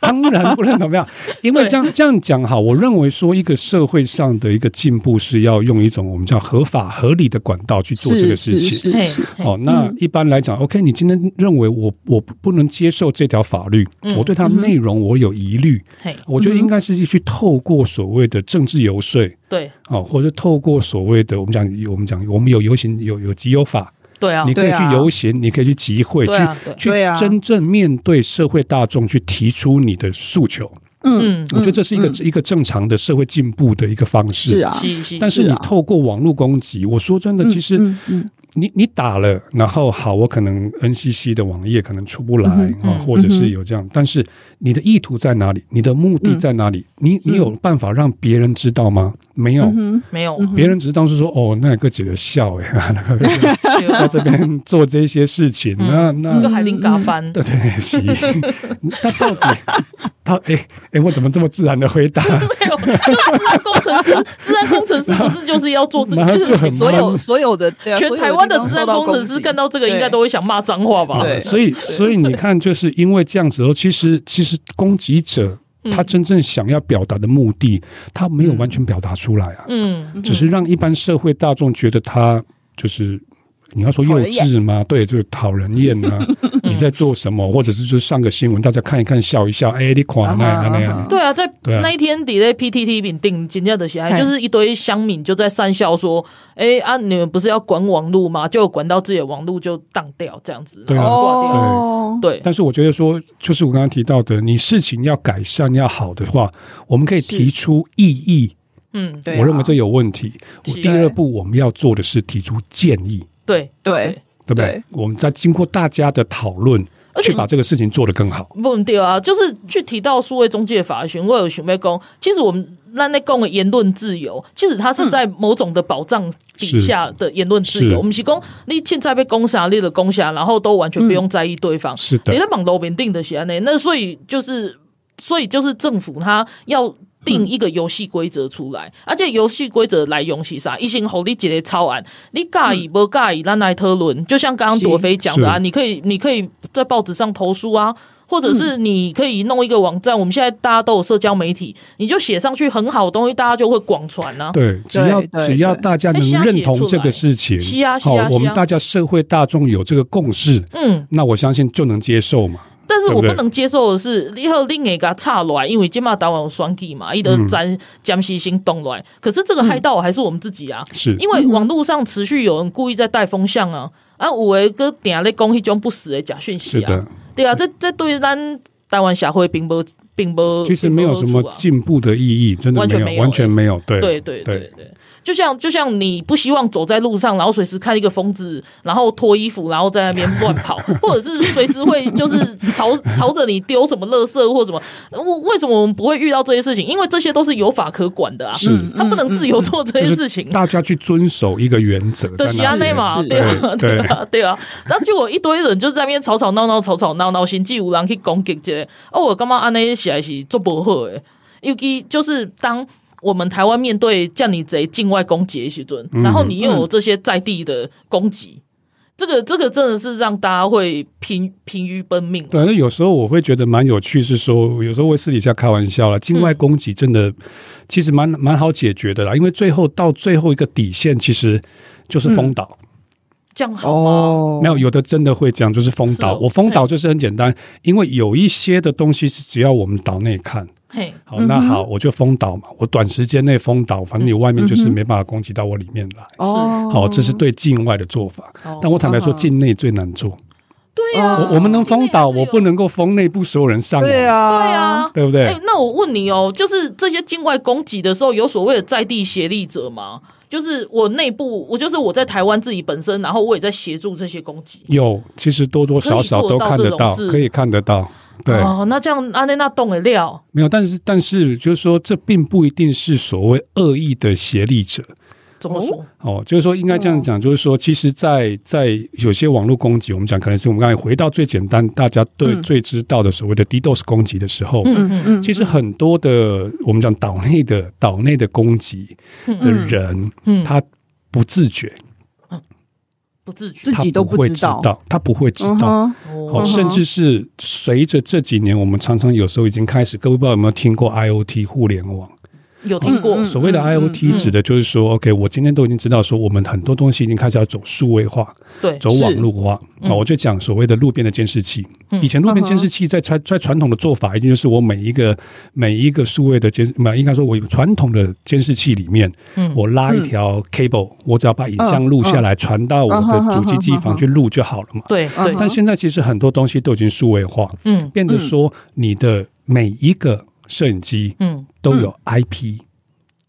Speaker 3: 当然不认同，没有，因为这样这样讲哈，我认为说一个社会上的一个进步是要用一种我们叫合法合理的管道去做这个
Speaker 2: 是
Speaker 3: 事
Speaker 2: 是
Speaker 3: 情。
Speaker 2: 是
Speaker 1: 嘿
Speaker 2: 是，
Speaker 1: 嘿
Speaker 3: 哦，那一般来讲、o k 你今天认为我我不不能接受这条法律，
Speaker 1: 嗯
Speaker 3: 我对它内容我有疑虑，
Speaker 1: 嘿，
Speaker 3: 我觉得应该是去透过所谓的政治游说，
Speaker 1: 对
Speaker 3: 哦，或者透过所谓的我们讲我们讲我们有游行有有集邮法，
Speaker 1: 对啊
Speaker 3: 你，可以
Speaker 2: 对啊
Speaker 3: 去游行，你可以去集会，
Speaker 1: 对啊对
Speaker 3: 去去
Speaker 2: 对啊
Speaker 3: 真正面对社会大众，去提出你的诉求。
Speaker 1: 嗯，
Speaker 3: 我觉得这是一个一个正常的社会进步的一个方式。
Speaker 2: 是啊，
Speaker 1: 是是，
Speaker 3: 嗯但是
Speaker 2: 是
Speaker 3: 你
Speaker 2: 啊
Speaker 3: 透过网络攻击，我说真的，其实
Speaker 2: 嗯嗯
Speaker 3: 你你打了，然后好，我可能 NCC 的网页可能出不来
Speaker 2: 嗯
Speaker 3: 啊，或者是有这样，但是你的意图在哪里？你的目的在哪
Speaker 2: 嗯
Speaker 3: 里？你你有办法让别人知道吗？没有，
Speaker 2: 嗯
Speaker 1: 没有，
Speaker 3: 别人只是当时说哦，那个姐姐笑 哎，那个
Speaker 1: 对啊
Speaker 3: 在这边做这些事情，那
Speaker 1: 一个
Speaker 3: 那
Speaker 1: 海林嘎班，
Speaker 3: 对对是，他到底他哎哎，我怎么这么自然的回答？
Speaker 1: 没有，就自然工程 师，自然工程师不是就是要做这
Speaker 3: 然
Speaker 1: 个
Speaker 3: 后
Speaker 1: 事
Speaker 3: 就很
Speaker 1: 情？
Speaker 2: 所有所有的对啊
Speaker 1: 全
Speaker 2: 所有
Speaker 1: 台湾的
Speaker 2: 地方
Speaker 1: 自
Speaker 2: 受
Speaker 1: 然
Speaker 2: 到
Speaker 1: 工程
Speaker 2: 攻
Speaker 1: 师
Speaker 2: 击
Speaker 1: 看到这个，应该
Speaker 2: 对
Speaker 1: 都会想骂脏话吧？
Speaker 2: 对
Speaker 3: 所以所以你看，就是因为这样子后，其实其实攻击者他真正想要表达的目的，他没有完全表达出来啊，
Speaker 1: 嗯，
Speaker 3: 只是让一般社会大众觉得他就是。你要说幼稚吗？对，就是讨人厌啊！你在做什么？或者是就是上个新闻，大家看一看，笑一笑，哎，你垮那
Speaker 2: 啊哈
Speaker 3: 样那
Speaker 2: 啊哈
Speaker 3: 样。
Speaker 1: 对啊，在
Speaker 3: 对啊
Speaker 1: 那一天底在 PTT 顶定真正的喜爱，
Speaker 2: 嘿
Speaker 1: 就是一堆乡民就在讪笑说：“哎啊，你们不是要管网路吗？就管到自己的网路就当掉这样子，
Speaker 3: 对啊
Speaker 1: 然后挂掉。
Speaker 2: 哦，
Speaker 1: 对，
Speaker 3: 但是我觉得说，就是我刚刚提到的，你事情要改善要好的话，我们可以提出异议。
Speaker 1: 嗯，
Speaker 2: 对啊
Speaker 3: 我认为这有问题。我
Speaker 1: 是
Speaker 3: 第二步我们要做的是提出建议，
Speaker 1: 对，
Speaker 2: 对
Speaker 3: 对不对？
Speaker 2: 对
Speaker 3: 我们再经过大家的讨论，
Speaker 1: 而且
Speaker 3: 去把这个事情做得更好。
Speaker 1: 不对啊，就是去提到数位中介法的询问，有询问工，其实我们让那共的言论自由，即使它是在某种的保障底
Speaker 3: 是
Speaker 1: 下的言论自
Speaker 3: 是
Speaker 1: 由，我们是讲你现在被攻下，你的攻下，然后都完全不用在意对方。
Speaker 3: 嗯是的
Speaker 1: 你在网络面定的是安内，那所以就是，所以就是政府它要。定一个游戏规则出来，而且游戏规则来用是啥？一心吼你一个草案，你介意不介意？咱来讨论。就像刚刚
Speaker 2: 是
Speaker 1: 朵菲讲的啊，
Speaker 3: 是
Speaker 1: 你可以，你可以在报纸上投诉啊，或者是你可以弄一个网站。我们现在大家都有社交媒体，你就写上去很好的东西，大家就会广传啊。
Speaker 3: 对，只要
Speaker 2: 对
Speaker 3: 只要大家能认同这个事情，
Speaker 1: 是啊是
Speaker 3: 好
Speaker 1: 啊，是
Speaker 3: 我们
Speaker 1: 啊
Speaker 3: 大家社会大众有这个共识，
Speaker 1: 嗯，
Speaker 3: 那我相信就能接受嘛。
Speaker 1: 但是我
Speaker 3: 对不对
Speaker 1: 不能接受的是，以后另一个插落来，因为今嘛台湾有双 G 嘛，伊的
Speaker 3: 嗯
Speaker 1: 暂暂时行动来。可是这个害到我还是我们自己啊，
Speaker 3: 是，
Speaker 1: 因为网络上持续有人故意在带风向啊，啊，有的个定咧讲迄种不实的假讯
Speaker 3: 是
Speaker 1: 息啊
Speaker 3: 的，，
Speaker 1: 对啊，这这对咱台湾社会并不并不
Speaker 3: 其实没有什
Speaker 1: 并
Speaker 3: 么
Speaker 1: 不好处啊
Speaker 3: 进步的意义，真的
Speaker 1: 完全
Speaker 3: 没
Speaker 1: 没
Speaker 3: 有，
Speaker 1: 有
Speaker 3: 完全没有。对
Speaker 1: 对对对对，就像就像你不希望走在路上，然后随时看一个疯子，然后脱衣服，然后在那边乱 跑，或者是随时会就是 朝朝着你丢什么垃圾或什么。我为什么我们不会遇到这些事情？因为这些都是有法可管的啊，
Speaker 3: 是
Speaker 1: 他不能自由做这些
Speaker 3: 就
Speaker 1: 事
Speaker 3: 是
Speaker 1: 情。啊
Speaker 3: 大家去遵守一个原则，
Speaker 1: 对，
Speaker 3: 在
Speaker 1: 西
Speaker 3: 那
Speaker 1: 安
Speaker 3: 里
Speaker 1: 内嘛，
Speaker 2: 是
Speaker 1: 对啊，
Speaker 3: 对
Speaker 1: 对啊，对啊。然后结果一堆人就在那边吵吵闹闹，吵吵闹闹，甚至有人去攻击这个。哦，我感觉安内实在是做不好诶，尤其就是当。我们台湾面对这样你贼境外攻击的时阵，
Speaker 3: 嗯
Speaker 1: 然后你又有这些在地的攻击，这个这个真的是让大家会疲疲于奔命。
Speaker 3: 对，那有时候我会觉得蛮有趣，是说有时候会私底下开玩笑啦。境外攻击真的其实蛮蛮好解决的啦，因为最后到最后一个底线其实就是封岛。
Speaker 1: 这样好吗？
Speaker 2: 嗯哦
Speaker 3: 没有，有的真的会讲，就是封岛。
Speaker 1: 是哦
Speaker 3: 我封岛就是很简单，因为有一些的东西是只要我们岛内看。
Speaker 1: 嘿，
Speaker 3: 好，那好，我就封岛嘛，我短时间内封岛，反正你外面
Speaker 1: 嗯
Speaker 3: 就是没办法攻击到我里面来。
Speaker 2: 哦
Speaker 3: 好，这是对境外的做法
Speaker 1: 哦。
Speaker 3: 但我坦白说，境内最难做。
Speaker 1: 对啊呀、
Speaker 3: 我我们能封岛，
Speaker 1: 境内还
Speaker 3: 我
Speaker 1: 是有
Speaker 3: 不能够封内部所有人上网。
Speaker 2: 对
Speaker 1: 对
Speaker 2: 啊，
Speaker 1: 啊，
Speaker 3: 对不对？
Speaker 1: 哎、那我问你哦，就是这些境外攻击的时候，有所谓的在地协力者吗？就是我内部，我就是我在台湾自己本身，然后我也在协助这些攻击。
Speaker 3: 有，其实多多少少都看得到，
Speaker 1: 可以做到这种事
Speaker 3: 可以看得到。对，
Speaker 1: 哦，那这样阿内那动得了？
Speaker 3: 没有，但是但是就是说，这并不一定是所谓恶意的协力者
Speaker 1: 怎么说？
Speaker 3: 哦，就是说应该这样
Speaker 1: 嗯
Speaker 3: 讲，就是说，其实在，在有些网络攻击，我们讲可能是我们刚才回到最简单，大家对、最知道的所谓的 DDoS 攻击的时候，
Speaker 1: 嗯嗯，
Speaker 3: 其实很多的我们讲岛内的岛内的攻击的人，
Speaker 1: 嗯
Speaker 3: 他不自觉，
Speaker 1: 不自觉
Speaker 2: 自己都
Speaker 3: 他不
Speaker 2: 不
Speaker 3: 会
Speaker 2: 知
Speaker 3: 知
Speaker 2: 道，
Speaker 3: 道，他不会知
Speaker 2: 嗯
Speaker 3: 道。
Speaker 2: 哼，
Speaker 3: 哦，
Speaker 1: 哦，
Speaker 3: 甚至是随着这几年，我们常常有时候已经开始，各位不知道有没有听过 IOT 互联网？
Speaker 1: 有听过？
Speaker 3: 所谓的 IOT 指的就是说、o k 我今天都已经知道说，我们很多东西已经开始要走数位化，
Speaker 1: 对，
Speaker 3: 走网络化。
Speaker 1: 嗯
Speaker 3: 那、我就讲所谓的路边的监视器。以前路边监视器在传在传统的做法，一定就是我每一个每一个数位的监，呃应该说我有传统的监视器里面，
Speaker 1: 嗯
Speaker 3: 我拉一条 cable，、我只要把影像录下来，传到我
Speaker 1: 嗯
Speaker 3: 的主机机房去录就好了嘛。
Speaker 1: 对对，
Speaker 3: 但现在其实很多东西都已经数位化，
Speaker 1: 嗯
Speaker 3: 变得说你的每一个摄影机
Speaker 1: 嗯，
Speaker 3: 都有 IP，、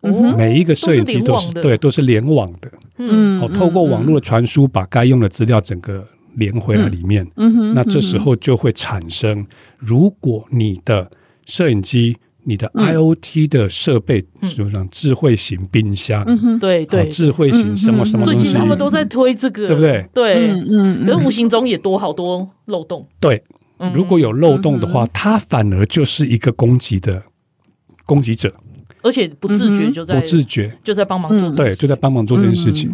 Speaker 1: 哦
Speaker 3: 每一个摄影机都
Speaker 1: 都
Speaker 3: 是
Speaker 1: 是联网的
Speaker 3: 对，都是联网的，
Speaker 1: 嗯，
Speaker 3: 哦，透过网络的传输，把该用的资料整个连回来里面。嗯哼，那这时候就会产生，如果你的摄影机。你的
Speaker 1: 嗯
Speaker 3: IOT 的设备，就像智慧型冰箱，
Speaker 1: 对
Speaker 3: 哦
Speaker 1: 嗯对。嗯
Speaker 3: 智慧型什么什么
Speaker 1: 最
Speaker 3: 东西
Speaker 1: 近，他们都在推这个，
Speaker 3: 对不对？
Speaker 1: 对，嗯嗯。可是无形中也多好多漏洞，
Speaker 3: 对，
Speaker 1: 嗯
Speaker 3: 如果有漏洞的话，它反而就是一个攻击的攻击者，
Speaker 1: 而且不自觉就在
Speaker 3: 不自觉，
Speaker 1: 就在帮嗯忙做这
Speaker 3: 对，
Speaker 1: 个，
Speaker 3: 就在帮忙做这件事情。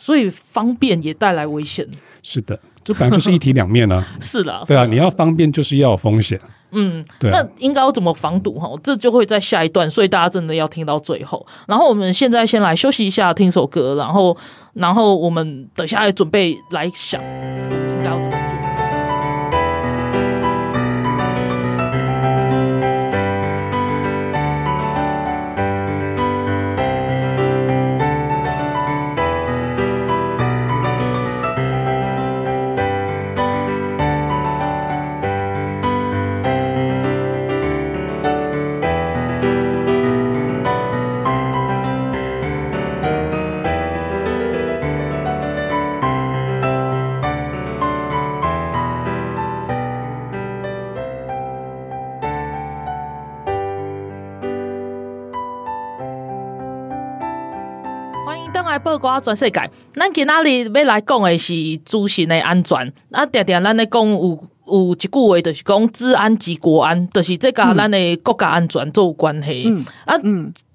Speaker 1: 所以方便也带来危险。。
Speaker 3: 是的，这本来就是一体两面啊
Speaker 1: 是啦，
Speaker 3: 对 啊，
Speaker 1: 是啦
Speaker 3: 你要方便就是要有风险。嗯，对啊
Speaker 1: 那，应该要怎么防堵哈？这就会在下一段，所以大家真的要听到最后。然后我们现在先来休息一下，听首歌，然后然后我们等一下来准备来想应该要怎么做。
Speaker 4: 「
Speaker 1: 来报告全世界。咱今仔日要来讲的是资讯的安全，啊，常常咱咧讲有有一句话，就是讲治安及国安，就是这甲咱的国家安全做有关系。啊，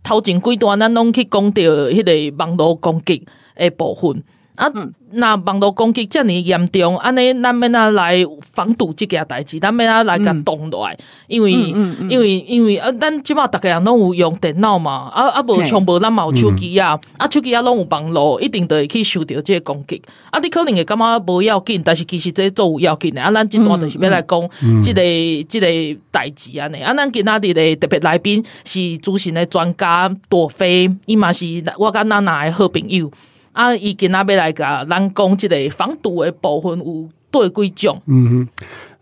Speaker 1: 头前几段咱拢去讲到迄个网络攻击的部分。啊，那网络攻击遮尔严重，安尼咱要哪来防堵即件代志？咱要哪来甲挡落来？因为、因为因为啊，咱即马逐个人拢有用电脑嘛，啊啊无
Speaker 2: 嘿
Speaker 1: 像无咱嘛有手机啊，
Speaker 3: 嗯
Speaker 1: 啊手机啊拢有网络，一定就会去受到即个攻击。啊，你可能会感觉无要紧，但是其实这做有要紧的。啊，咱即段就是要来讲
Speaker 3: 嗯
Speaker 1: 即、个即、个代志安尼。啊，咱今仔日的特别来宾是主持的专家朵飞，伊嘛是我甲娜娜的好朋友。啊，伊今仔要来甲咱讲即个防毒的部分有对几种，
Speaker 3: 嗯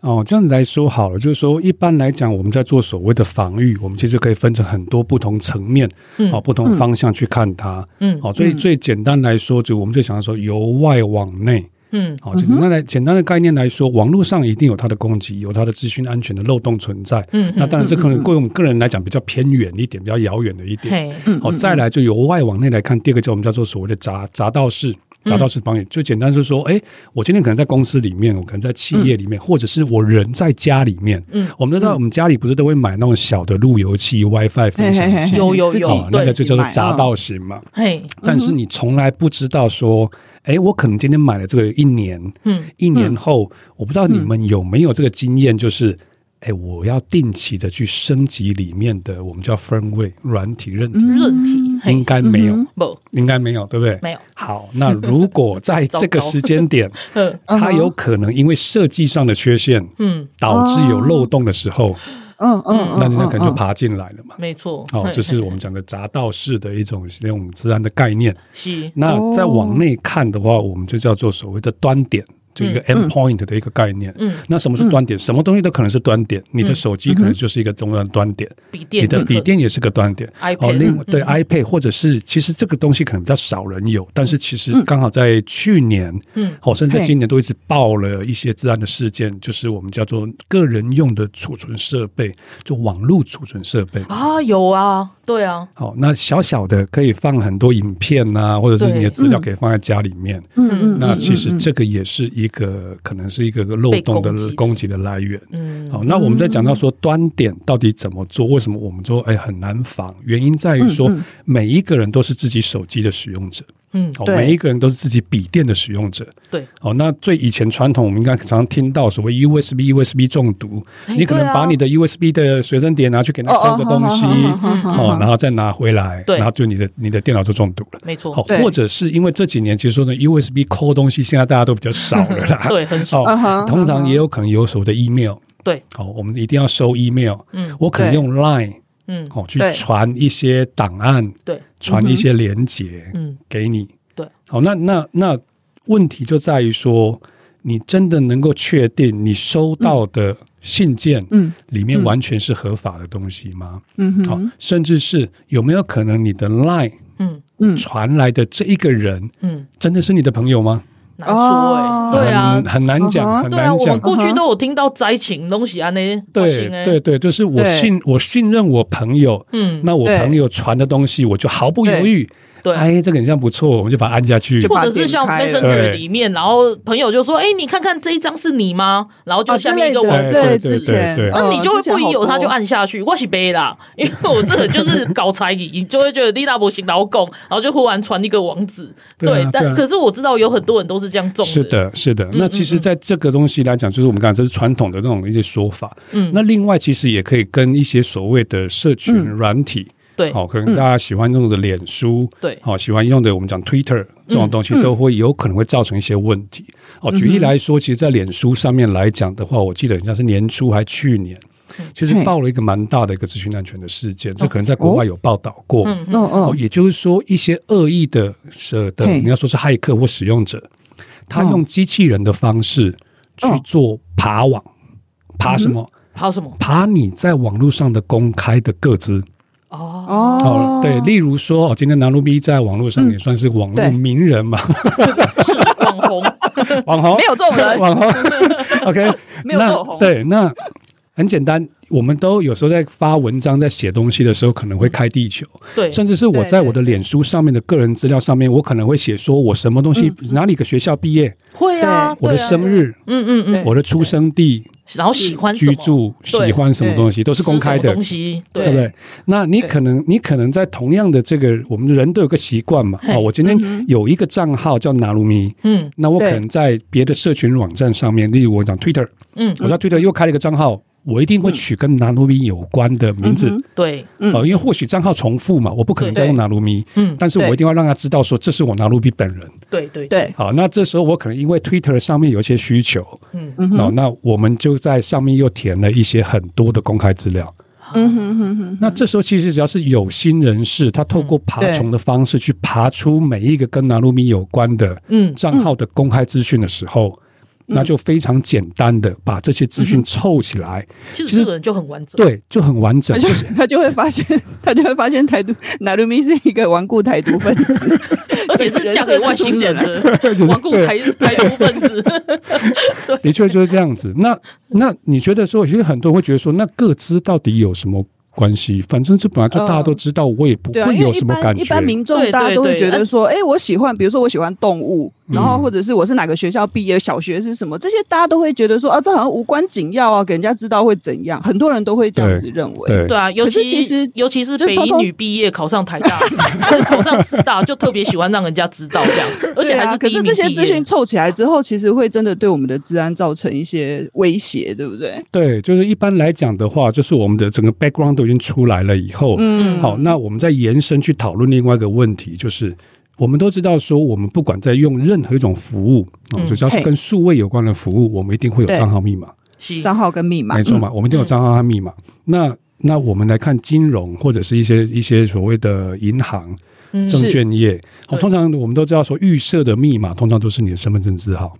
Speaker 3: 哼，哦，这样子来说好了，就是说一般来讲，我们在做所谓的防御，我们其实可以分成很多不同层面，
Speaker 1: 嗯
Speaker 3: 哦，不同方向去看它。
Speaker 1: 嗯
Speaker 3: 哦，最最简单来说，就我们就想说由外往内。
Speaker 1: 嗯
Speaker 3: 好，简单来简单的概念来说，网络上一定有它的攻击，有它的资讯安全的漏洞存在。
Speaker 1: 嗯
Speaker 3: 那当然这可能对我们个人来讲比较偏远一点，比较遥远的一点。
Speaker 1: 嘿，
Speaker 3: 好，再来就由外往内来看，第二个叫我们叫做所谓的闸闸道式。闸道式防御，最简单是说，哎、我今天可能在公司里面，我可能在企业里
Speaker 1: 嗯
Speaker 3: 面，或者是我人在家里面。嗯，我们都知道，我们家里不是都会买那种小的路由器、WiFi 分享器，
Speaker 1: 有有有
Speaker 3: 哦，那
Speaker 1: 对嗯
Speaker 3: 个就叫做闸
Speaker 2: 砸
Speaker 3: 道型嘛。
Speaker 1: 嘿，
Speaker 3: 但是你从来不知道说，哎、我可能今天买了这个一年，
Speaker 1: 嗯，
Speaker 3: 一年后，我不知道你们有没有这个经验，就是，哎、我要定期的去升级里面的我们叫 firmware 软体韧体，
Speaker 1: 润体，
Speaker 3: 嗯应
Speaker 1: 嘿，嗯
Speaker 3: 该没有，
Speaker 1: 无，
Speaker 3: 应该没有，对不对？
Speaker 1: 没有。
Speaker 3: 好，那如果在
Speaker 1: 糟糕
Speaker 3: 这个时间点，
Speaker 1: 嗯
Speaker 3: 它有可能因为设计上的缺陷，
Speaker 1: 嗯，哦
Speaker 3: 导致有漏洞的时候，
Speaker 2: 嗯嗯，
Speaker 3: 那那可能就爬进来了嘛。
Speaker 1: 没错，
Speaker 3: 哦，
Speaker 1: 嗯嘿
Speaker 3: 这是我们讲的闸道式的一种那种自然的概念。
Speaker 1: 是，
Speaker 3: 那再往内看的话，我们就叫做所谓的端点，就一个 endpoint 的一个概念。
Speaker 1: 嗯，
Speaker 3: 那什么是端点？什么东西都可能是端点。你的手机可能就是一个重要的端点，
Speaker 1: 笔电
Speaker 3: 你的
Speaker 1: 也可以
Speaker 3: 笔电也是个端点。
Speaker 1: iPad
Speaker 3: 哦，另
Speaker 1: 嗯
Speaker 3: 对 iPad 或者是其实这个东西可能比较少人有，但是其实刚好在去年，
Speaker 1: 嗯，
Speaker 3: 哦，甚至在
Speaker 2: 嘿
Speaker 3: 今年都一直爆了一些治安的事件，就是我们叫做个人用的储存设备，就网络储存设备。
Speaker 1: 啊，有啊，对啊，
Speaker 3: 好，那小小的可以放很多影片呐、或者是你的资料可以放在家里面。
Speaker 1: 嗯
Speaker 3: 那其实这个也是一个可能是一个漏洞
Speaker 1: 被攻击
Speaker 3: 的
Speaker 1: 的
Speaker 3: 攻击的来源。
Speaker 1: 嗯
Speaker 3: 好，那我们在讲到说端点到底怎么做，为什么我们说哎很难防？原因在于说每一个人都是自己手机的使用者，
Speaker 1: 嗯，
Speaker 3: 哦，
Speaker 2: 对
Speaker 3: 每一个人都是自己笔电的使用者。
Speaker 1: 对，
Speaker 3: 哦，那最以前传统，我们应该常常听到所谓 USB USB 中毒，
Speaker 1: 哎
Speaker 3: 你可能
Speaker 1: 对啊
Speaker 3: 把你的 USB 的随身碟拿去给它
Speaker 2: 哦
Speaker 3: 偷个
Speaker 2: 哦
Speaker 3: 东西，
Speaker 2: 好
Speaker 1: 嗯
Speaker 2: 好好好
Speaker 3: 哦，然后再拿回来，
Speaker 1: 对
Speaker 3: 然后就你的你的电脑就中毒了。
Speaker 1: 没错
Speaker 3: 好，，
Speaker 2: 对
Speaker 3: 或者是因为这几年其实说呢，USB 抠东西，现在大家都比较少了啦。
Speaker 1: 对很少
Speaker 2: 嗯哼
Speaker 3: 哦，通常也有可能有所谓的 email。
Speaker 1: 对，
Speaker 3: 好，我们一定要收 email。
Speaker 1: 嗯，
Speaker 3: 我可能
Speaker 2: 对
Speaker 3: 用 Line
Speaker 1: 嗯，
Speaker 3: 哦去
Speaker 2: 对嗯
Speaker 3: 传一些档案，
Speaker 1: 对，
Speaker 3: 传一些连接，
Speaker 1: 嗯，
Speaker 3: 给你。
Speaker 1: 对，
Speaker 3: 好，那那那问题就在于说，你真的能够确定你收
Speaker 1: 嗯
Speaker 3: 到的信件，
Speaker 2: 嗯，
Speaker 3: 里面完全是合法的东西吗？
Speaker 2: 嗯哼，
Speaker 3: 好、甚至是有没有可能你的 Line
Speaker 1: 嗯
Speaker 2: 嗯
Speaker 3: 传来的这一个人，
Speaker 1: 嗯，
Speaker 3: 真的是你的朋友吗？
Speaker 1: 难说
Speaker 2: 哦
Speaker 1: 诶，对啊
Speaker 3: 很，很难
Speaker 2: 嗯
Speaker 3: 讲，
Speaker 2: 哼
Speaker 3: 很
Speaker 1: 对啊，
Speaker 3: 难
Speaker 1: 我
Speaker 3: 讲
Speaker 1: 们。过去都有听到灾情东西安尼发
Speaker 3: 对
Speaker 1: 生诶，欸
Speaker 3: 对对，就是我
Speaker 2: 对
Speaker 3: 信我信任我朋友，
Speaker 1: 嗯，
Speaker 3: 那我
Speaker 2: 对
Speaker 3: 朋友传的东西，我就毫不犹豫，
Speaker 1: 对。啊
Speaker 3: 哎，这个很像不错，我们就把它按下去
Speaker 2: 就。
Speaker 1: 或者是像
Speaker 2: 把它点开
Speaker 1: Messenger
Speaker 3: 对
Speaker 1: 里面，然后朋友就说：“哎，你看看这一张是你吗？”然后就下面一个我
Speaker 3: 啊之类的
Speaker 2: 对
Speaker 3: 对
Speaker 2: 哦之
Speaker 3: 对
Speaker 2: 前，
Speaker 3: 对对
Speaker 1: 那
Speaker 2: 嗯
Speaker 1: 你就会不疑有他，就。
Speaker 2: 之前好多
Speaker 1: 按下去。我是背啦，因为我这个就是搞猜疑， 你就会觉得丽娜不行，然后拱，然后就忽然传一个网址。
Speaker 3: 对啊对啊
Speaker 1: 但可是我知道有很多人都是这样中
Speaker 3: 是
Speaker 1: 的。
Speaker 3: 的，是的。那其实，在这个东西来讲，就是我们刚才这是传统的那种一些说法。嗯，那另外其实也可以跟一些所谓的社群软体，哦
Speaker 1: 对嗯
Speaker 3: 好、可能大家喜欢用的脸书，
Speaker 1: 对
Speaker 3: 好、喜欢用的我们讲 Twitter 这种东西，都会有可能会造成一些问题。哦，举例来说，其实，在脸书上面来讲的话，我记得好像是年初还去年。其实
Speaker 2: 嘿
Speaker 3: 爆了一个蛮大的一个资讯安全的事件，这可能在国外有报道过。嗯
Speaker 2: 嗯
Speaker 3: 哦，
Speaker 2: 嗯，
Speaker 3: 也就是说，一些恶意的呃的，
Speaker 2: 嘿
Speaker 3: 你要说是骇客或使用者，他用机器人的方式去
Speaker 2: 嗯
Speaker 3: 做爬网，爬什么？
Speaker 1: 还有什么？
Speaker 3: 爬你在网络上的公开的个资。
Speaker 1: 哦，
Speaker 2: 哦，
Speaker 3: 对，例如说，哦，今天南路 B 在网络上也算是网络
Speaker 2: 对
Speaker 3: 名 人嘛，
Speaker 1: 是网红，
Speaker 3: 网红
Speaker 2: 没有这种人
Speaker 3: 网红。OK，
Speaker 2: 没有这种
Speaker 3: 那对，那很简单，我们都有时候在发文章、在写东西的时候，可能会开地球，
Speaker 1: 对，
Speaker 3: 甚至是我在我的脸书上面的个人资料上面，我可能会写说我什么东西、哪里个学校毕业、
Speaker 1: 会啊，
Speaker 3: 我
Speaker 1: 嗯对
Speaker 3: 的
Speaker 1: 啊
Speaker 3: 生，日、
Speaker 1: 嗯嗯嗯，
Speaker 2: 对
Speaker 3: 我的出生地、
Speaker 1: 然后喜欢什
Speaker 3: 居
Speaker 1: 么
Speaker 3: 住、
Speaker 1: 对
Speaker 3: 喜欢什么东西，都是
Speaker 1: 吃
Speaker 3: 公开
Speaker 1: 什么
Speaker 3: 的
Speaker 1: 东。西，
Speaker 3: 对不对？那你可能，你可能在同样的这个，我们人都有个习惯嘛。
Speaker 1: 嘿
Speaker 3: 哦，我今天有一个账号叫拿鲁米，
Speaker 1: 嗯
Speaker 3: 那我可
Speaker 2: 对
Speaker 3: 能在别的社群网站上面，例如我讲 Twitter，
Speaker 1: 嗯，
Speaker 3: 我在 Twitter 又开了一个账号，我一定会取跟拿鲁米有关的名字，
Speaker 1: 对，
Speaker 2: 嗯
Speaker 3: 哦，因为或许账号重复嘛，我不可能
Speaker 1: 对
Speaker 3: 再用拿鲁米，
Speaker 1: 嗯，
Speaker 3: 但是我
Speaker 2: 对
Speaker 3: 一定要让他知道说这是我拿鲁米本人。
Speaker 1: 对对，
Speaker 2: 对，
Speaker 3: 好，那这时候我可能因为 Twitter 上面有一些需求，
Speaker 1: 嗯
Speaker 3: 嗯，哦，那我们就在上面又填了一些很多的公开资料。
Speaker 1: 啊
Speaker 2: 嗯哼哼哼，
Speaker 3: 那这时候其实只要是有心人士，他透过
Speaker 1: 嗯
Speaker 3: 爬虫的方式去爬出每一个跟拿鲁米有关的
Speaker 1: 嗯
Speaker 3: 账号的公开资讯的时候，
Speaker 2: 嗯
Speaker 3: 那就非常简单的把这些资
Speaker 1: 嗯
Speaker 3: 讯凑起来，
Speaker 1: 其
Speaker 3: 其
Speaker 1: 实
Speaker 3: 实
Speaker 1: 这个人就很完整，
Speaker 3: 对，就很完整
Speaker 2: 他。就他就会发现， 他就会发现台独纳鲁米是一个顽固台独分子，
Speaker 1: 而且是嫁给外星人
Speaker 3: 就
Speaker 1: 的
Speaker 3: 是
Speaker 1: 顽固台台独分子，
Speaker 3: 的确就是这样子。那那你觉得说，其实很多人会觉得说，那各自到底有什么关系？反正这本来就大家都知道，我也不
Speaker 2: 对啊，
Speaker 3: 会
Speaker 2: 因为
Speaker 3: 有
Speaker 2: 一
Speaker 3: 什么感
Speaker 2: 般一
Speaker 3: 觉。
Speaker 2: 般民众
Speaker 1: 对
Speaker 2: 大家
Speaker 1: 对
Speaker 2: 都会
Speaker 1: 对
Speaker 2: 觉得
Speaker 1: 呃
Speaker 2: 说，哎，我喜欢，比如说我喜欢动物，然后
Speaker 3: 嗯
Speaker 2: 或者是我是哪个学校毕业，小学是什么，这些大家都会觉得说，啊，这好像无关紧要啊，给人家知道会怎样，很多人都会这样子认为。
Speaker 3: 对
Speaker 1: 对啊，尤
Speaker 2: 可是
Speaker 1: 其
Speaker 2: 其实
Speaker 1: 尤其是
Speaker 2: 就是
Speaker 1: 北
Speaker 2: 偷
Speaker 1: 一
Speaker 2: 偷
Speaker 1: 女毕业考上台大， 就是考上师大，就特别喜欢让人家知道 这样，而且
Speaker 2: 对
Speaker 1: 还
Speaker 2: 啊，可
Speaker 1: 第一
Speaker 2: 是
Speaker 1: 名
Speaker 2: 这些
Speaker 1: 毕
Speaker 2: 资
Speaker 1: 业
Speaker 2: 讯。凑起来之后，其实会真的对我们的治安造成一些威胁，对不对？
Speaker 3: 对，就是一般来讲的话，就是我们的整个 background 都已经出来了以后，
Speaker 2: 嗯
Speaker 3: 好，那我们再延伸去讨论另外一个问题，就是我们都知道说，我们不管在用任何一种服务，哦
Speaker 1: 嗯
Speaker 3: 就只要是
Speaker 2: 嘿
Speaker 3: 跟数位有关的服务，我们一定会有
Speaker 2: 对
Speaker 3: 账号密码，
Speaker 1: 是
Speaker 2: 账号跟密码，
Speaker 3: 没错
Speaker 1: 嗯
Speaker 3: 嘛，我们一定有账号和密码。那那我们来看金融或者是一些一些所谓的银行、
Speaker 1: 嗯
Speaker 3: 证
Speaker 2: 是
Speaker 3: 券业，哦，
Speaker 1: 对
Speaker 3: 通常我们都知道说预设的密码通常都是你的身份证字号。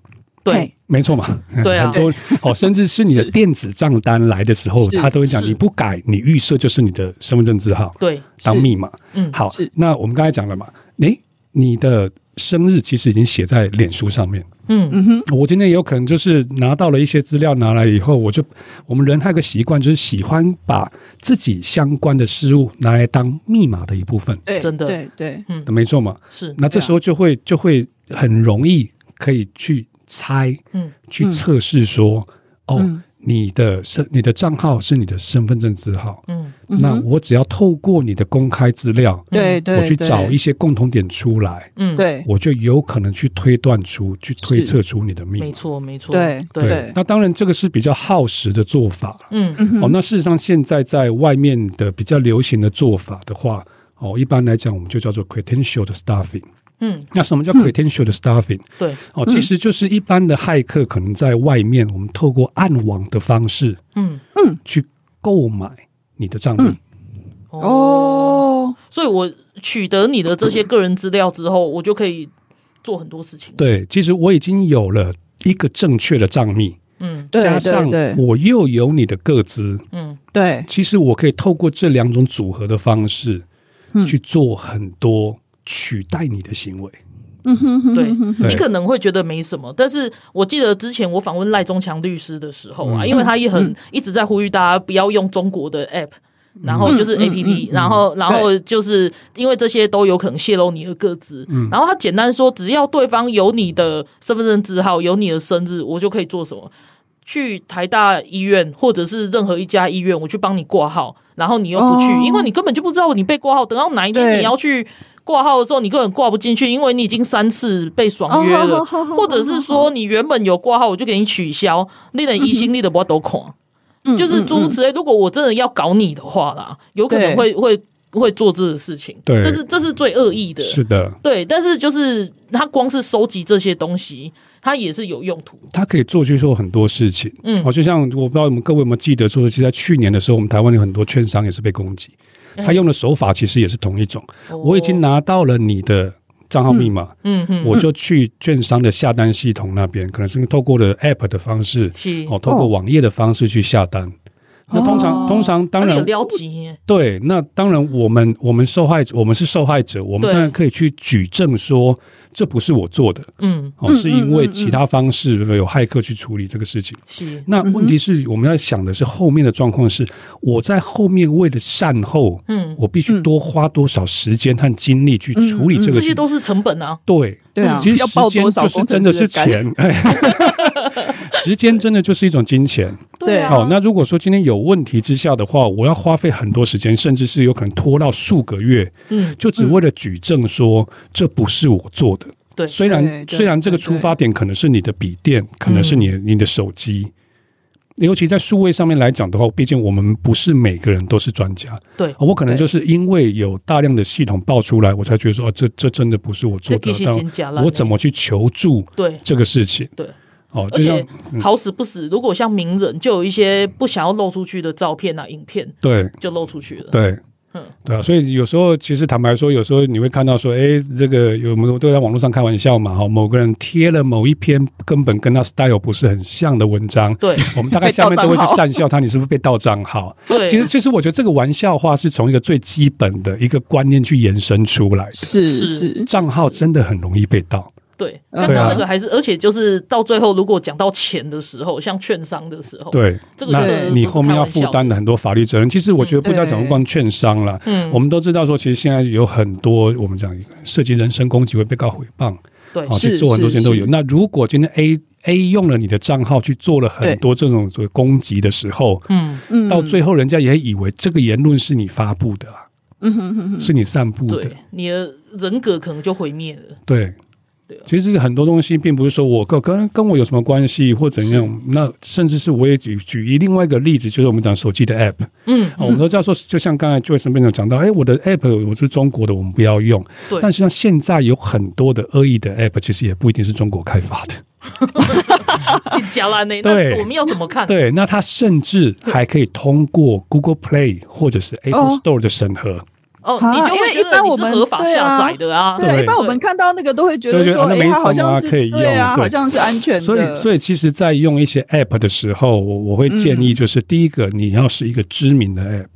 Speaker 1: 对
Speaker 2: 嘿，
Speaker 3: 没错嘛，
Speaker 2: 嗯
Speaker 1: 对啊
Speaker 3: 很多哦，甚至是你的电子账单来的时候，
Speaker 2: 是
Speaker 3: 他都会讲
Speaker 1: 是
Speaker 3: 你不改，你预设就是你的身份证字号
Speaker 1: 对，
Speaker 3: 当密码。
Speaker 1: 嗯，
Speaker 3: 好
Speaker 2: 是，
Speaker 3: 那我们刚才讲了嘛，诶，你的生日其实已经写在脸书上面。
Speaker 1: 嗯，
Speaker 3: 我今天也有可能就是拿到了一些资料，拿来以后，我就我们人还有个习惯，就是喜欢把自己相关的事物拿来当密码的一部分。
Speaker 2: 对，
Speaker 1: 真的嗯
Speaker 2: 对对，
Speaker 3: 没错嘛，
Speaker 1: 是
Speaker 3: 那这时候就会就会很容易可以去猜，
Speaker 1: 嗯，
Speaker 3: 去测试说，哦，你的身你的账号是你的身份证字号，
Speaker 1: 嗯，
Speaker 3: 那我只要透过你的公开资料，
Speaker 2: 对对，
Speaker 3: 我去
Speaker 2: 对
Speaker 3: 找一些共同点出来，
Speaker 1: 嗯，，
Speaker 2: 对
Speaker 3: 我就有可能去推断出、去推测出你的密
Speaker 1: 没
Speaker 3: 码。
Speaker 1: 错，没错，
Speaker 2: 对
Speaker 1: 对，
Speaker 3: 那当然这个是比较耗时的做法了。
Speaker 1: 嗯，
Speaker 3: 哦，那事实上现在在外面的比较流行的做法的话，哦，一般来讲我们就叫做 credential 的 stuffing。
Speaker 1: 嗯，
Speaker 3: 那什么叫 credential 的 stuffing？、
Speaker 1: 对，
Speaker 3: 哦，其实就是一般的骇客可能在外面，我们透过暗网的方式
Speaker 1: 嗯，
Speaker 3: 去购买你的账密。
Speaker 2: 哦，
Speaker 1: 所以我取得你的这些个人资料之后，我就可以做很多事情。，
Speaker 3: 对，其实我已经有了一个正确的账密，
Speaker 1: 嗯
Speaker 2: 对
Speaker 3: 加
Speaker 2: 对
Speaker 3: 上
Speaker 2: 对
Speaker 3: 我又有你的个资，
Speaker 1: 嗯，
Speaker 2: 对，
Speaker 3: 其实我可以透过这两种组合的方式，
Speaker 1: 嗯
Speaker 3: 去做很多取代你的行为。
Speaker 1: 对，
Speaker 3: 对
Speaker 1: 你可能会觉得没什么，但是我记得之前我访问赖中强律师的时候啊，因为他也很、一直在呼吁大家不要用中国的 app。然后就是 A P P，、然后然后就是因为这些都有可能泄露你的个资，然后他简单说，只要对方有你的身份证字号，有你的生日，我就可以做什么。去台大医院或者是任何一家医院，我去帮你挂号，然后你又不去，
Speaker 2: 哦
Speaker 1: 因为你根本就不知道你被挂号。等到哪一天
Speaker 2: 对
Speaker 1: 你要去挂号的时候，你根本挂不进去，因为你已经三次被爽约
Speaker 2: 哦
Speaker 1: 了，
Speaker 2: 好好好好
Speaker 1: 或者是说你原本有挂号，我就给你取消，你的疑心你的不都狂，
Speaker 2: 嗯
Speaker 1: 就是诸如此类。如果我真的要搞你的话啦，有可能
Speaker 2: 对
Speaker 1: 会会会做这个事情，
Speaker 3: 对
Speaker 1: 这是这是最恶意的，
Speaker 3: 是的，
Speaker 1: 对。但是就是他光是收集这些东西，它也是有用途的，
Speaker 3: 它可以做去做很多事情。哦
Speaker 1: 嗯
Speaker 3: 好，就像我不知道你们各位有没有记得，说其实在去年的时候，我们台湾有很多券商也是被攻击，
Speaker 1: 嗯
Speaker 3: 他用的手法其实也是同一种。我已经拿到了你的账号密码，
Speaker 1: 哦嗯哼，
Speaker 3: 我就去券商的下单系统那边，可能是透过了 App 的方式，
Speaker 1: 是哦
Speaker 3: 哦，透过网页的方式去下单。那通常、通常当
Speaker 1: 那你
Speaker 3: 然
Speaker 1: 有撩急耶，
Speaker 3: 对，那当然，我们我们受害者，我们是受害者，我们
Speaker 1: 对
Speaker 3: 当然可以去举证说这不是我做的，
Speaker 1: 嗯，
Speaker 3: 哦，是因为其他方式有骇客去处理这个事情。
Speaker 1: 是，
Speaker 3: 那问题是，我们要想的是后面的状况是，我在后面为了善后，
Speaker 1: 嗯，嗯
Speaker 3: 我必须多花多少时间和精力去处理这
Speaker 1: 这
Speaker 3: 个事
Speaker 1: 些
Speaker 3: 情。
Speaker 1: 都是成本啊，
Speaker 3: 对
Speaker 2: 对啊
Speaker 3: 其实
Speaker 2: 要
Speaker 3: 时
Speaker 2: 报
Speaker 3: 间
Speaker 2: 多少
Speaker 3: 就是
Speaker 2: 工程
Speaker 3: 真的
Speaker 2: 师
Speaker 3: 是
Speaker 2: 的干
Speaker 3: 钱，哎 时间真的就是一种金钱。
Speaker 1: 对啊
Speaker 3: 好，，哦那如果说今天有问题之下的话，我要花费很多时间，甚至是有可能拖到数个月，
Speaker 1: 嗯，
Speaker 3: 就只为了举证说这不是我做的。
Speaker 1: 对
Speaker 3: 虽
Speaker 2: 对
Speaker 3: 然
Speaker 2: 对
Speaker 3: 虽然这个出发点可能是你的笔电，可能是你的
Speaker 1: 嗯
Speaker 3: 你的手机，尤其在数位上面来讲的话，毕竟我们不是每个人都是专家。
Speaker 1: 对
Speaker 3: 啊我可能就是因为有大量的系统爆出来，我才觉得说，哦，这这真的不是我
Speaker 1: 这
Speaker 3: 做
Speaker 1: 其
Speaker 3: 的
Speaker 1: 实真假，烂
Speaker 3: 但我怎么去求助
Speaker 1: 对
Speaker 3: 这个事情？
Speaker 1: 对。
Speaker 3: 哦，
Speaker 1: 而
Speaker 3: 就像
Speaker 1: 且好死不死，如果像名人，就有一些不想要露出去的照片啊、影片
Speaker 3: 对
Speaker 1: 就露出去了。
Speaker 3: 对，啊
Speaker 1: 嗯
Speaker 3: 对啊，所以有时候其实坦白说，有时候你会看到说，哎，这个有我们都在网络上开玩笑嘛，哈，某个人贴了某一篇根本跟他 style 不是很像的文章，
Speaker 1: 对
Speaker 3: 我们大概下面都会去讪笑他，你是不是被盗账号？
Speaker 1: 对
Speaker 3: 其实其实我觉得这个玩笑话是从一个最基本的一个观念去延伸出来的，
Speaker 2: 是
Speaker 1: 是
Speaker 2: 是，
Speaker 3: 账号真的很容易被盗，
Speaker 1: 对，
Speaker 2: 嗯
Speaker 1: 刚
Speaker 3: 啊
Speaker 1: 刚那个还是，而且就是到最后，如果讲到钱的时候，像券商的时候，，
Speaker 3: 对，
Speaker 1: 这个
Speaker 2: 对
Speaker 1: 就是
Speaker 3: 你后面要负担的很多法律责任。其实我觉得不知道怎么光券商啦，
Speaker 1: 嗯对
Speaker 3: 我们都知道说，其实现在有很多我们讲涉及人身攻击会被告诽谤，
Speaker 1: 对
Speaker 3: 啊，
Speaker 2: 是
Speaker 3: 去做很多
Speaker 2: 是
Speaker 3: 事情都有。
Speaker 2: 是
Speaker 3: 那如果今天 A A 用了你的账号去做了很多这种所谓攻击的时候，
Speaker 1: 嗯，
Speaker 2: 嗯
Speaker 3: 到最后人家也以为这个言论是你发布的、啊，
Speaker 2: 嗯哼哼哼，
Speaker 3: 是你散布的
Speaker 1: 对，，你的人格可能就毁灭了。
Speaker 3: 对。
Speaker 1: 对啊
Speaker 3: 其实很多东西并不是说我跟跟跟我有什么关系或怎样，那甚至是我也举举一另外一个例子，就是我们讲手机的 app，
Speaker 1: 嗯，
Speaker 3: 啊，我们都知道说，就像刚才 Joyce 那边有讲到，哎、我的 app 我是中国的，我们不要用。
Speaker 1: 对
Speaker 3: 但实际上现在有很多的恶意的 app，其实也不一定是中国开发的。
Speaker 1: 进加拉内，
Speaker 3: 对
Speaker 1: 那我们要怎么 看？
Speaker 3: 对，那它甚至还可以通过 Google Play 或者是 Apple
Speaker 2: 哦
Speaker 3: Store 的审核。
Speaker 1: 哦，
Speaker 2: 啊
Speaker 1: 你就会觉
Speaker 2: 因为一般
Speaker 1: 得你
Speaker 2: 我
Speaker 1: 是
Speaker 2: 们
Speaker 1: 合法下载的啊，
Speaker 2: 对啊，
Speaker 3: 对
Speaker 2: 一般我们看到那个都会觉得
Speaker 3: 对
Speaker 2: 说，
Speaker 3: 对啊那
Speaker 2: 哎，
Speaker 3: 没
Speaker 2: 它好
Speaker 3: 什么啊
Speaker 2: 像是
Speaker 3: 可以
Speaker 2: 对啊，
Speaker 3: 用对
Speaker 2: 好像是安全
Speaker 3: 所以，
Speaker 2: 的，
Speaker 3: 所以其实，在用一些 app 的时候，我我会建议就是，第一个你要是一个知名的 app。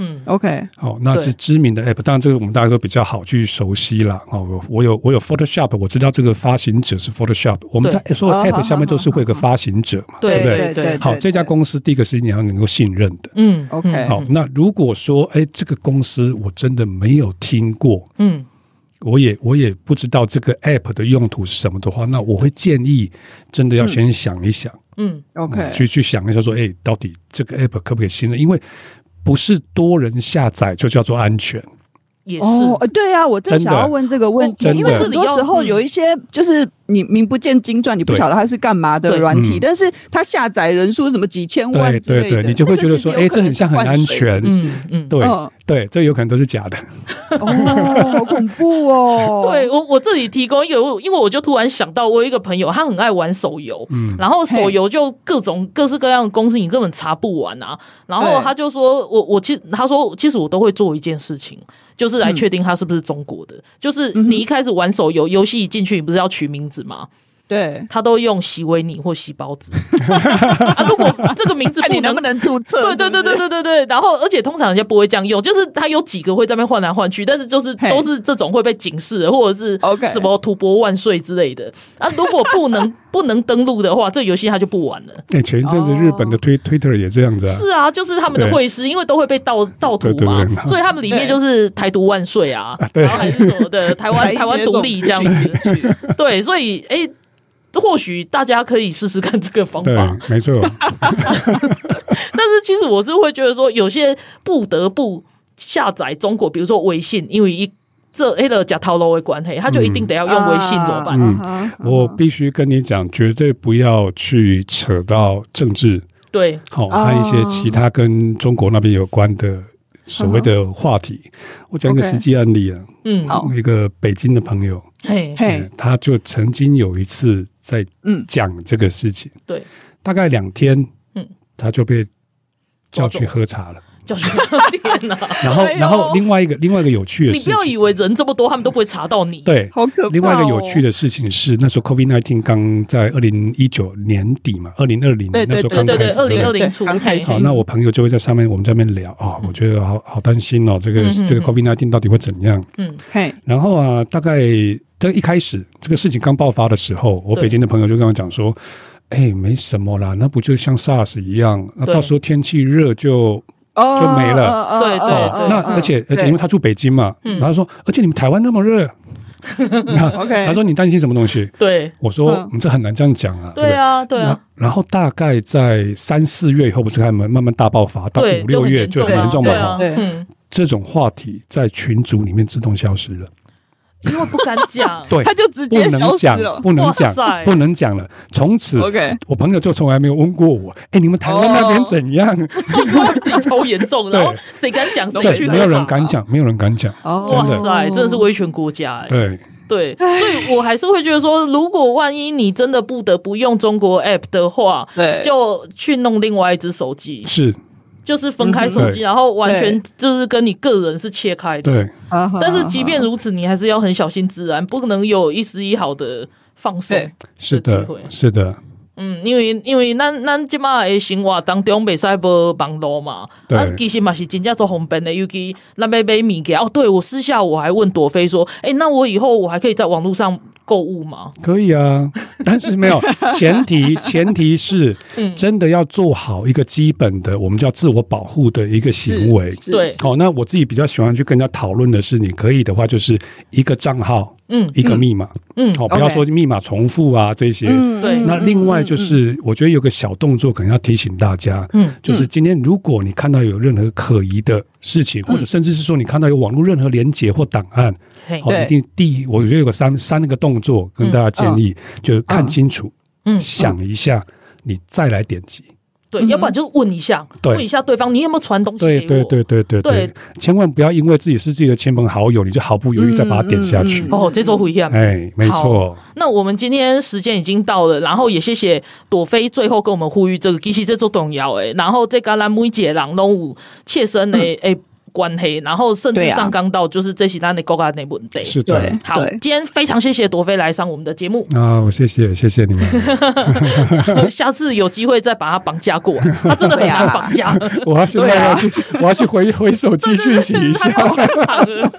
Speaker 1: 嗯，
Speaker 2: OK，
Speaker 3: 好、那
Speaker 1: 对
Speaker 3: 是知名的 app，当然这个我们大家都比较好去熟悉啦。哦，我我有我有 Photoshop，我知道这个发行者是 Photoshop。我们在所有
Speaker 2: 哦好
Speaker 3: app 下面
Speaker 2: 好
Speaker 3: 都是会有个发行者嘛，
Speaker 1: 对
Speaker 3: 不
Speaker 1: 对
Speaker 2: 对
Speaker 1: 对，
Speaker 3: 好，这家公司第一个是你要能够信任的。
Speaker 1: 嗯
Speaker 2: OK
Speaker 3: 好，那如果说，哎，这个公司我真的没有听过，
Speaker 1: 嗯，
Speaker 3: 我也我也不知道这个 app 的用途是什么的话，那我会建议真的要先想一想，哦
Speaker 1: 嗯，
Speaker 2: OK，
Speaker 3: 去去想一下说，哎，到底这个 app 可不可以信任？因为不是多人下载就叫做安全，
Speaker 1: 也
Speaker 2: 哦，
Speaker 1: 是，
Speaker 2: 呃对啊，我正
Speaker 3: 真的
Speaker 2: 想要问这个问题
Speaker 3: 真，的
Speaker 2: 因为很多时候有一些就是你名不见经传，你不
Speaker 3: 对
Speaker 2: 晓得它是干嘛的
Speaker 1: 对
Speaker 2: 软体
Speaker 3: 嗯，
Speaker 2: 但是它下载人数什么几千万
Speaker 3: 对
Speaker 2: 之
Speaker 3: 对
Speaker 2: 类的，
Speaker 3: 对，你就会觉得说，
Speaker 2: 那个
Speaker 3: 哎，
Speaker 2: 其实
Speaker 3: 这很像很安 全，
Speaker 1: 嗯嗯，
Speaker 3: 对
Speaker 2: 嗯
Speaker 3: 对，这有可能都是假的，
Speaker 2: 有可能是灌水。哦，好恐怖 哦！
Speaker 1: 对我我这里提供一个，我因为我就突然想到，我有一个朋友，他很爱玩手游，
Speaker 3: 嗯
Speaker 1: 然后手游就各种各式各样的公司，你根本查不完啊。然后
Speaker 2: 对
Speaker 1: 他就说，我我其他说其实我都会做一件事情，就是来确定它是不是中国的。就是
Speaker 2: 嗯
Speaker 1: 你一开始玩手游，游戏一进去，你不是要取名字吗？
Speaker 2: 对，
Speaker 1: 他都用席维尼或席包子啊。如果这个名字
Speaker 2: 看
Speaker 1: 不
Speaker 2: 你能不能注册。
Speaker 1: 对对对
Speaker 2: 是不是
Speaker 1: 对对对对，然后而且通常人家不会这样用，就是他有几个会在那边换来换去，但是就是
Speaker 2: 嘿
Speaker 1: 都是这种会被警示的，或者是
Speaker 2: OK
Speaker 1: 什么“吐蕃万岁”之类的。啊，如果不能不能登录的话，这游戏他就不玩了。
Speaker 3: 哎，前一阵子日本的推 Twitter 也这样子啊，
Speaker 1: 是啊，就是他们的
Speaker 3: 对
Speaker 1: 会师，因为都会被盗盗图
Speaker 3: 对对
Speaker 1: 嘛
Speaker 3: 对，对
Speaker 1: 所以他们里面就是台独万岁啊，
Speaker 3: 对
Speaker 1: 然后还是什么的台湾
Speaker 2: 一些
Speaker 1: 台湾独立这样
Speaker 2: 种族
Speaker 1: 子。
Speaker 2: 进去
Speaker 1: 对，所以哎。或许大家可以试试看这个方
Speaker 3: 对
Speaker 1: 法，，
Speaker 3: 没错，
Speaker 1: 但是其实我是会觉得说，有些不得不下载中国，比如说微信，因为一这黑了假套路的关系，他就一定得 要用微信，怎么办？
Speaker 3: 嗯
Speaker 2: 啊
Speaker 3: 我必须跟你讲，绝对不要去扯到政治，
Speaker 1: 对，
Speaker 3: 好、
Speaker 2: 哦
Speaker 3: 还有一些其他跟中国那边有关的所谓的话题。我讲一个
Speaker 2: OK
Speaker 3: 实际案例啊，
Speaker 1: 嗯，
Speaker 2: 好
Speaker 3: 一个北京的朋友，
Speaker 1: 嘿，
Speaker 2: 嘿
Speaker 3: 嗯，他就曾经有一次在
Speaker 2: 哎嗯
Speaker 3: 讲这个事情，
Speaker 1: 对，
Speaker 3: 大概两天，
Speaker 1: 嗯，
Speaker 3: 他就被叫去
Speaker 1: 抓走
Speaker 3: 喝茶了。
Speaker 1: 教学用 电脑。
Speaker 3: 然后
Speaker 2: 哎，呦
Speaker 3: 然后另外一个另外一个有趣的
Speaker 1: 你不
Speaker 3: 事情，
Speaker 1: 要以为人这么多，他们都不会查到你。
Speaker 3: 对，
Speaker 2: 好可怕、哦。
Speaker 3: 另外一个有趣，的事情是，那时候 COVID nineteen 刚在二零一九年底嘛，二零二零
Speaker 2: 对
Speaker 3: 那
Speaker 2: 对
Speaker 3: 时候
Speaker 1: 对
Speaker 3: 刚
Speaker 1: 对
Speaker 3: 开
Speaker 1: 对，
Speaker 3: 始。
Speaker 1: 二零二
Speaker 3: 对
Speaker 1: 零初
Speaker 2: 刚开
Speaker 1: 嘿
Speaker 2: 始
Speaker 3: 好，那我朋友就会在上面，我们在那边聊啊、我觉得好好担心哦，这个、
Speaker 1: 嗯嗯
Speaker 3: 这个 COVID nineteen 到底会怎样？
Speaker 2: 嘿，
Speaker 3: 然后啊，大概在一开始这个事情刚爆发的时候，我
Speaker 1: 对
Speaker 3: 北京的朋友就跟我讲说：“哎，没什么啦，那不就像 SARS 一样？那
Speaker 1: 对
Speaker 3: 到时候天气热
Speaker 2: 哦
Speaker 3: 就……就没了
Speaker 2: 嗯嗯
Speaker 1: 对对嗯
Speaker 2: 嗯
Speaker 3: 哦，那
Speaker 2: 嗯
Speaker 3: 而且
Speaker 2: 对
Speaker 3: 而且因为他住北京嘛，然后说，而且你们台湾那 么热，
Speaker 2: OK
Speaker 3: 他说你担心什么东西？
Speaker 1: 对
Speaker 3: 我说
Speaker 2: 嗯
Speaker 3: 嗯，这很难这样讲啊，
Speaker 1: 对啊对啊，
Speaker 3: 那然后大概在三四月以后，不是开始慢慢大爆发，到
Speaker 1: 对
Speaker 3: 五六月就
Speaker 1: 就
Speaker 3: 很严重
Speaker 1: 嘛，
Speaker 3: 嘛。
Speaker 1: 对啊
Speaker 3: 哈
Speaker 2: 对
Speaker 1: 嗯，
Speaker 3: 这种话题在群组里面自动消失了，
Speaker 1: 因为不敢
Speaker 3: ，
Speaker 1: 讲
Speaker 3: 对
Speaker 2: 他，就直
Speaker 3: 不
Speaker 2: 接消
Speaker 3: 能
Speaker 2: 失
Speaker 3: 讲
Speaker 2: 了，。
Speaker 3: 不能
Speaker 1: 哇塞
Speaker 3: 讲，不能讲了。从此，
Speaker 2: OK，
Speaker 3: 我朋友就从来没有问过我，哎，你们台湾那边怎样？
Speaker 1: 自己超严重，然后
Speaker 3: 对
Speaker 1: 谁敢讲谁去
Speaker 3: 对，
Speaker 1: 喝
Speaker 3: 没有
Speaker 1: 茶
Speaker 3: 人敢讲，没有人敢讲。
Speaker 2: 哦
Speaker 1: 哇
Speaker 3: 真的
Speaker 1: 塞，真的是威权国家哎、
Speaker 3: 对，
Speaker 1: 对，所以我还是会觉得说，如果万一你真的不得不用中国 app 的话，
Speaker 2: 对
Speaker 1: 就去弄另外一只手机，
Speaker 3: 是，
Speaker 1: 就是分开手机，
Speaker 3: 对
Speaker 1: 然后完全就是跟你个人是切开的。
Speaker 3: 嗯对，
Speaker 2: 啊哈
Speaker 1: 但
Speaker 3: 嗯
Speaker 1: 是即便如此，你还是要很小心自然，不能有一丝一毫的放松
Speaker 2: 对。
Speaker 3: 是
Speaker 1: 有
Speaker 3: 的
Speaker 1: 机会，
Speaker 3: 是的，
Speaker 1: 嗯，因为因为咱咱即马的生活当中袂使无网络嘛，
Speaker 3: 对
Speaker 1: 啊，其实嘛是真正做方便的，尤其咱要买物件哦。对我私下我还问朵菲说，诶、那我以后我还可以在网络上购物吗？
Speaker 3: 可 以啊。但是没有前提，前提是
Speaker 1: 嗯
Speaker 3: 真的要做好一个基本的，我们叫自我保护的一个行为。
Speaker 2: 是
Speaker 1: 对
Speaker 3: 好、那我自己比较喜欢去跟人家讨论的是，你可以的话就是一个账号，
Speaker 1: 嗯，
Speaker 3: 一个密码，
Speaker 1: 嗯
Speaker 3: 好、不要说密码重复啊这些。
Speaker 1: 对
Speaker 3: 那另外就是，我觉得有个小动作可能要提醒大家，
Speaker 1: 嗯，
Speaker 3: 就是今天如果你看到有任何可疑的事情，
Speaker 1: 嗯
Speaker 3: 或者甚至是说你看到有网络任何连结或档案，
Speaker 1: 嘿，
Speaker 3: 好、
Speaker 2: 对
Speaker 3: 哦一定第一，我觉得有个三三个动作跟大家建议，就是看清楚，
Speaker 1: 嗯
Speaker 3: 想一下，你再来点击。
Speaker 1: 对，要不然就是问一下，
Speaker 3: 对
Speaker 1: 问一下对方，你有没有传东西
Speaker 3: 对
Speaker 1: 给
Speaker 3: 对
Speaker 1: 我？
Speaker 3: 对对对
Speaker 1: 对
Speaker 3: 对，千万不要因为自己是自己的亲朋好友，你就毫不犹豫再把它点下去。
Speaker 1: 哦，这周回去啊。
Speaker 3: 哎，没错，
Speaker 1: 那我们今天时间已经到了，然后也谢谢朵菲最后跟我们呼吁这个，其实这做动摇诶，哎然后这个咱每一个人拢有切身的诶关系，然后甚至
Speaker 2: 对啊
Speaker 1: 上纲到就是这是咱的国家的问题。
Speaker 3: 是
Speaker 2: 对
Speaker 3: 的。
Speaker 1: 好，今天非常谢谢朵菲来上我们的节 目，
Speaker 3: 啊，我谢谢谢谢你 们，
Speaker 1: 下次有机会再把她绑架过来，她真的很
Speaker 2: 啊
Speaker 1: 难绑架，
Speaker 3: 我要现在要去，我要去回回手机讯息一
Speaker 1: 她
Speaker 3: 下。 啊
Speaker 1: 让我太长了。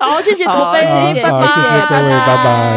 Speaker 1: 好，谢谢朵菲，
Speaker 2: 好
Speaker 1: 拜
Speaker 3: 好，谢
Speaker 1: 拜，
Speaker 3: 谢各位，拜拜。